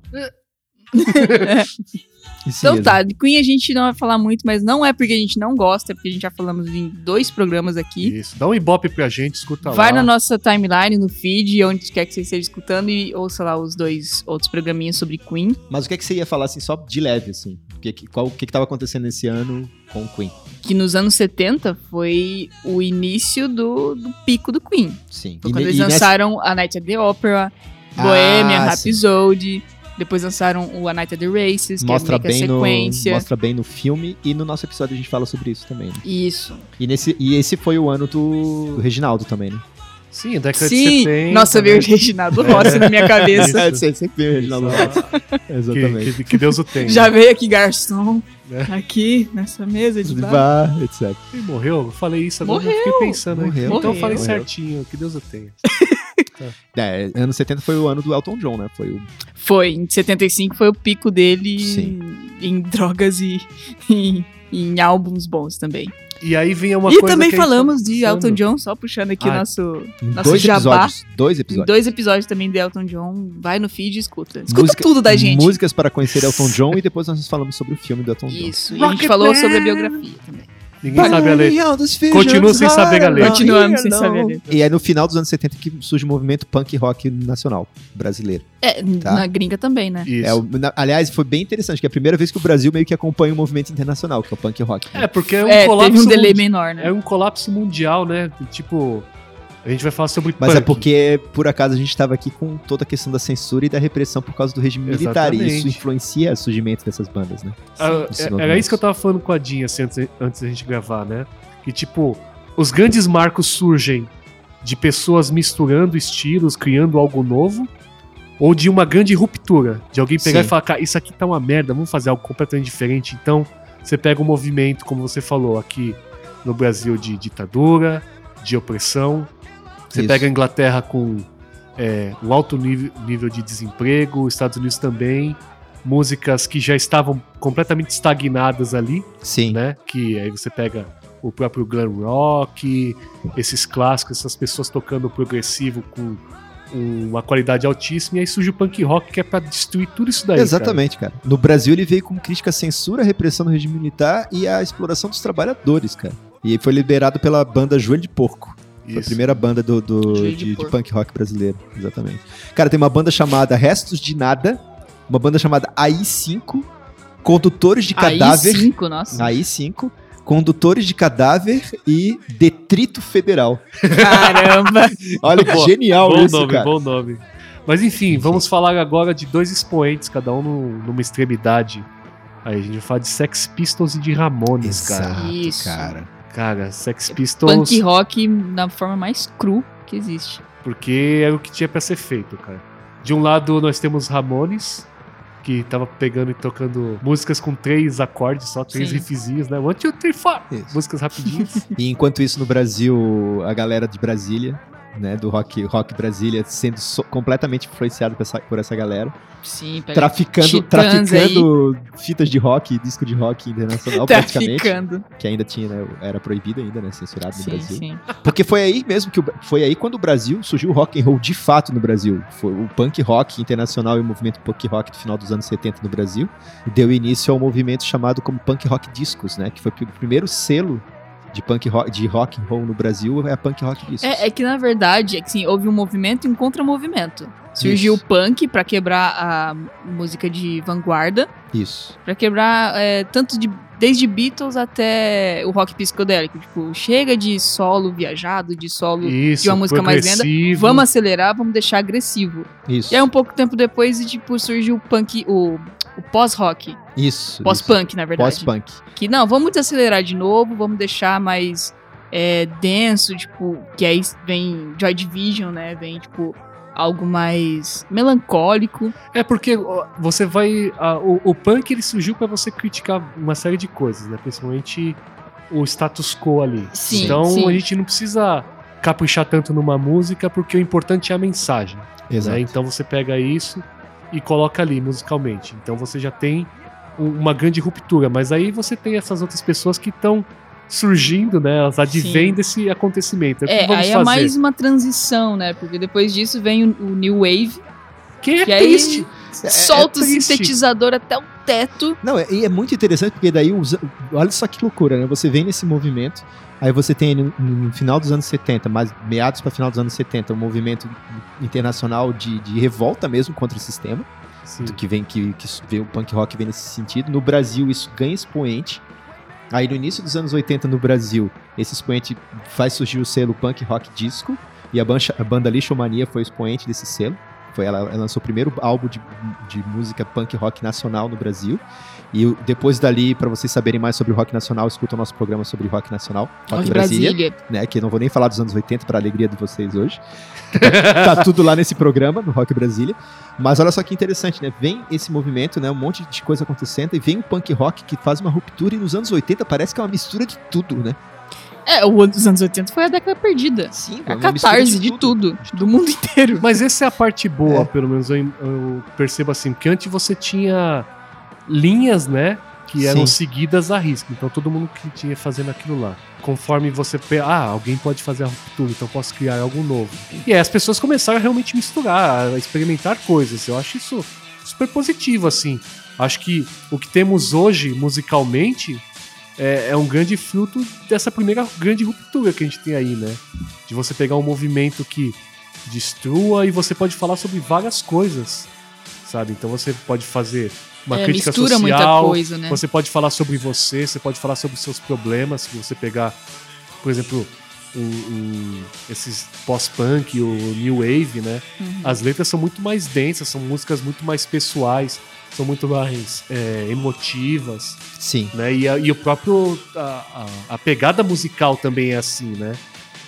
S3: Isso
S1: Então
S3: mesmo.
S1: tá, de Queen a gente não vai falar muito, mas não é porque a gente não gosta, é porque a gente já falamos em dois programas aqui.
S2: Isso. Dá um ibope pra gente,
S3: tá
S2: escuta
S1: Vai
S2: lá.
S1: na nossa timeline, no feed, onde quer que você esteja escutando e ouça lá os dois outros programinhas sobre Queen.
S3: Mas o que, é que você ia falar, assim, só de leve, assim? O que, que- qual, o que, que tava acontecendo esse ano com o Queen?
S1: que nos anos 70 foi o início do, do pico do Queen.
S3: Sim.
S1: Foi
S3: E
S1: quando
S3: ne-
S1: eles
S3: e nessa-
S1: lançaram A Night at the Opera,
S3: Ah,
S1: Bohemian
S3: sim.
S1: Rhapsody, depois lançaram o A Night at the Races, que
S3: Mostra
S1: é meio que
S3: bem,
S1: a
S3: no,
S1: sequência.
S3: mostra bem no filme e no nosso episódio a gente fala sobre isso também. né?
S1: Isso.
S3: E, nesse, e esse foi o ano do, do Reginaldo também, né?
S2: Sim, década de
S1: Sim,
S2: 70.
S1: nossa,
S2: né?
S1: veio o Reginaldo Rossi na minha cabeça.
S2: Isso.
S3: Você sempre viu o Reginaldo. Exatamente.
S2: que, que, que Deus o tenha.
S1: Já veio aqui, garçom,
S2: É.
S1: aqui, nessa mesa de
S3: De
S1: bar.
S3: bar, etc.
S2: Ele morreu? Eu falei isso agora, eu fiquei pensando. aqui.
S3: Morreu.
S2: Então eu falei
S3: Morreu.
S2: certinho, que Deus o tenha.
S3: É, ano 70 foi o ano do Elton John, né? Foi o
S1: Foi, em 75 foi o pico dele
S3: Sim.
S1: em drogas e em, em álbuns bons também.
S2: E aí vinha uma
S1: e
S2: coisa
S1: também
S2: que é a gente
S1: falamos de
S2: tava
S1: Elton
S2: pensando.
S1: John, só puxando aqui o
S2: Ah,
S1: nosso,
S3: em
S1: nosso
S3: dois
S1: jabá.
S3: episódios. Dois
S1: Em
S3: episódios.
S1: dois episódios também de Elton John. Vai no feed e escuta. Escuta
S3: Música-
S1: tudo da gente.
S3: Músicas para conhecer Elton John e depois nós falamos sobre o filme do Elton John.
S1: Isso. E a gente falou sobre a biografia também.
S2: Ninguém sabe a
S1: né?
S2: letra. Continua sem saber a letra.
S1: Continuamos sem saber a letra.
S3: E é no final dos anos 70 que surge o movimento punk rock nacional brasileiro.
S1: É,
S3: Tá.
S1: na gringa também, né?
S2: Isso.
S3: É, o- na- aliás, foi bem interessante, que é a primeira vez que o Brasil meio que acompanha o movimento internacional, que é o punk rock. né?
S2: É, porque é um
S1: É,
S2: colapso.
S1: teve um delay
S2: mundi-
S1: menor, né?
S2: É um colapso mundial, né? Tipo, a gente vai falar sobre
S3: Mas é
S2: punk.
S3: porque, por acaso, a gente estava aqui com toda a questão da censura e da repressão por causa do regime militar. E isso
S2: Exatamente.
S3: influencia o surgimento dessas bandas, né?
S2: Ah,
S3: Sim,
S2: é-
S3: sim,
S2: era isso que eu tava falando com a Dinha assim, antes, antes da gente gravar, né? Que tipo, os grandes marcos surgem de pessoas misturando estilos, criando algo novo, ou de uma grande ruptura, de alguém pegar
S3: Sim.
S2: e falar, cara, isso aqui tá uma merda, vamos fazer algo completamente diferente. Então, você pega um movimento, como você falou, aqui no Brasil de ditadura, de opressão, você
S3: Isso.
S2: pega a Inglaterra com é, um alto nível, nível de desemprego, os Estados Unidos também, músicas que já estavam completamente estagnadas ali,
S3: Sim.
S2: né? Que aí você pega o próprio glam rock, esses clássicos, essas pessoas tocando progressivo com uma qualidade altíssima, e aí surge o punk rock que é pra destruir tudo isso daí.
S3: Exatamente, cara. No Brasil, ele veio com crítica à censura, à repressão do regime militar e à exploração dos trabalhadores, cara. E ele foi liberado pela banda Joelho de Porco.
S2: Cara.
S3: Foi a
S2: Isso.
S3: primeira banda do, do-
S1: Joelho
S3: de,
S1: de
S3: de
S1: Porco.
S3: punk rock brasileiro, exatamente. Cara, tem uma banda chamada Restos de Nada, uma banda chamada AI5, Condutores de Cadáver.
S1: Aí cinco, nossa.
S3: AI5, Condutores de Cadáver e Detrito Federal.
S1: Caramba.
S3: Olha que
S2: Boa.
S3: genial
S2: Bom
S3: isso,
S2: nome,
S3: cara.
S2: bom nome. Mas enfim, vamos falar agora de dois expoentes, cada um num- numa extremidade. Aí a gente vai falar de Sex Pistols e de Ramones, cara.
S3: Exato, É
S1: Isso.
S3: cara.
S2: Cara, Sex Pistols,
S1: Punk rock na forma mais cru que existe.
S2: porque era o que tinha pra ser feito, cara. De um lado nós temos Ramones, que tava pegando e tocando músicas com três acordes, só três
S1: Sim.
S2: riffzinhos, né? One, two, three, four.
S3: Isso.
S2: Músicas rapidinhas.
S3: E enquanto isso, no Brasil, a galera de Brasília né, do rock, rock Brasília, sendo so- completamente influenciado por essa, por essa galera,
S1: Sim, pega
S3: traficando,
S1: Titãs aí.
S3: traficando fitas de rock, disco de rock
S1: tá
S3: internacional, praticamente, né,
S1: traficando.
S3: que ainda tinha, né, era proibido ainda, né, censurado no
S1: Sim,
S3: Brasil.
S1: sim.
S3: Porque foi aí mesmo que o- foi aí quando o Brasil surgiu o rock and roll de fato no Brasil. Foi o punk rock internacional e o movimento punk rock do final dos anos 70 no Brasil e deu início ao movimento chamado como punk rock discos, né, que foi o primeiro selo de punk rock, de rock and roll no Brasil é a punk rock discos.
S1: É, é que na verdade, é que sim, houve um movimento e um contramovimento. Surgiu
S3: Isso.
S1: o punk pra quebrar a música de vanguarda,
S3: Isso.
S1: Pra quebrar é, tanto de desde Beatles até o rock psicodélico, tipo, chega de solo viajado, de solo
S2: Isso,
S1: de uma música mais lenta.
S2: progressivo.
S1: Vamos acelerar, vamos deixar agressivo.
S3: Isso.
S1: E aí, um pouco tempo depois, e, tipo, surge o punk, o, o pós-rock.
S3: Isso.
S1: Pós-punk, na
S3: isso.
S1: verdade.
S3: Pós-punk.
S1: Que não, vamos desacelerar de novo, vamos deixar mais é, denso, tipo, que aí vem Joy Division, né? Vem, tipo, algo mais melancólico.
S2: É porque ó, você vai. a- o, o punk ele surgiu pra você criticar uma série de coisas, né? Principalmente o status quo ali.
S1: Sim,
S2: então
S1: sim.
S2: a gente não precisa caprichar tanto numa música, porque o importante é a mensagem. né?
S3: Exato.
S2: Então você pega isso e coloca ali musicalmente. Então você já tem um- uma grande ruptura. Mas aí você tem essas outras pessoas que estão surgindo, né? Elas advêm
S1: Sim.
S2: desse acontecimento. o que
S1: É,
S2: vamos
S1: aí
S2: fazer?
S1: é mais uma transição, né? Porque depois disso vem o, o New Wave,
S2: Que é
S1: que aí
S2: triste. É-
S1: solta
S2: é
S1: o
S2: triste.
S1: sintetizador até o teto.
S3: Não, é- e é muito interessante porque daí os- olha só que loucura, né? Você vem nesse movimento, aí você tem no, no final dos anos 70, mas meados para final dos anos 70, um movimento internacional de, de revolta mesmo contra o sistema,
S2: Sim.
S3: que vem que, que isso- vê o punk rock vem nesse sentido. No Brasil isso ganha expoente. Aí no início dos anos 80 no Brasil, esse expoente faz surgir o selo punk rock disco e a, bancha- a banda Lixomania foi o expoente desse selo. Foi ela, ela lançou o primeiro álbum de, de música punk rock nacional no Brasil. E o- depois dali, para vocês saberem mais sobre o rock nacional, escuta o nosso programa sobre rock nacional, Rock,
S1: Rock
S3: Brasília,
S1: Brasília.
S3: né? Que eu não vou nem falar dos anos 80 para alegria de vocês hoje. tá tudo lá nesse programa no Rock Brasília. Mas olha só que interessante, né? Vem esse movimento, né? Um monte de coisa acontecendo e vem o punk rock que faz uma ruptura e nos anos 80 parece que é uma mistura de tudo, né?
S1: É, o ano dos anos 80 foi a década perdida. É
S3: Sim,
S1: A catarse de tudo, do mundo inteiro.
S2: Mas essa é a parte boa,
S3: É.
S2: pelo menos eu, eu percebo assim, porque antes você tinha linhas, né? Que eram
S3: Sim.
S2: seguidas a risco. Então todo mundo que tinha fazendo aquilo lá. Conforme você. pe- Ah, alguém pode fazer a ruptura, então posso criar algo novo. E aí as pessoas começaram a realmente misturar, a experimentar coisas. Eu acho isso super positivo, assim. Acho que o que temos hoje, musicalmente, é, é um grande fruto dessa primeira grande ruptura que a gente tem aí, né? De você pegar um movimento que destrua e você pode falar sobre várias coisas, sabe? Então você pode fazer uma
S1: É,
S2: crítica
S1: mistura
S2: social,
S1: muita coisa, né?
S2: você pode falar sobre você, você pode falar sobre os seus problemas, se você pegar, por exemplo, o- o- esses pós-punk, o new wave, né? As letras são muito mais densas, são músicas muito mais pessoais, são muito mais é, emotivas,
S3: Sim.
S2: né? E, a- e o próprio a, a- a pegada musical também é assim, né?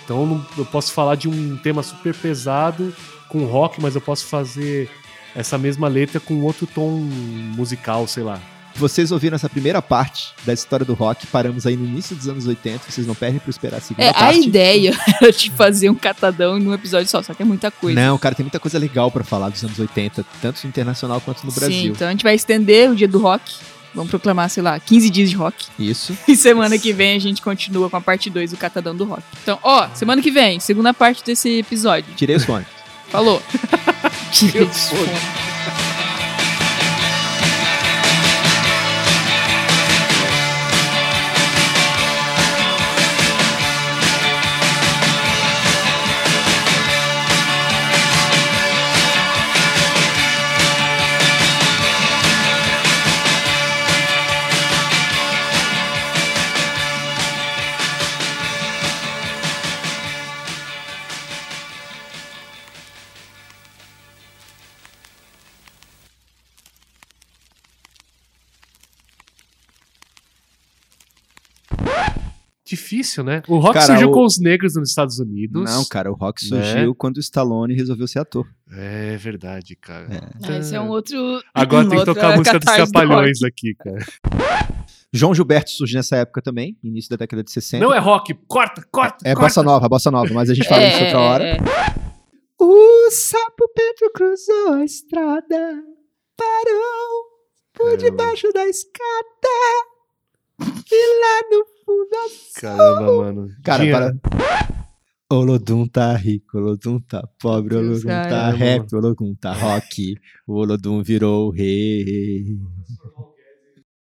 S2: Então eu não- eu posso falar de um tema super pesado com rock, mas eu posso fazer essa mesma letra com outro tom musical, sei lá.
S3: Vocês ouviram essa primeira parte da história do rock, paramos aí no início dos anos 80, vocês não perdem para esperar a segunda
S1: É, a
S3: parte.
S1: ideia era de fazer um catadão num episódio só, só que é muita coisa.
S3: Não, cara, tem muita coisa legal pra falar dos anos 80, tanto no internacional quanto no
S1: Sim,
S3: Brasil.
S1: então a gente vai estender o dia do rock. Vamos proclamar, sei lá, 15 dias de rock.
S3: Isso.
S1: E semana que vem a gente continua com a parte 2 do Catadão do Rock. Então, ó, semana que vem, segunda parte desse episódio.
S3: Tirei os fones.
S1: Falou!
S2: Difícil, né? O rock
S3: Cara,
S2: surgiu
S3: o-
S2: com os negros nos Estados Unidos.
S3: Não, cara, o rock
S2: Né?
S3: surgiu quando o Stallone resolveu ser ator.
S2: É verdade, cara. Ah,
S1: Esse é um outro.
S2: Agora tem que
S1: outra
S2: tocar a música dos
S1: catarse do
S2: Trapalhões aqui, cara.
S3: João Gilberto surge nessa época também, início da década de 60.
S2: Não é rock, corta, corta,
S3: É
S2: corta.
S3: bossa nova, bossa nova, mas a gente fala isso outra hora.
S9: é.
S3: O sapo Pedro cruzou a estrada, parou por debaixo da escada.
S2: Caramba, mano.
S3: Cara,
S2: Dinheiro.
S3: para. Olodum tá rico, Olodum tá pobre, Olodum
S1: Cara,
S3: tá
S2: mano.
S3: rap, Olodum tá rock, o Olodum virou o rei.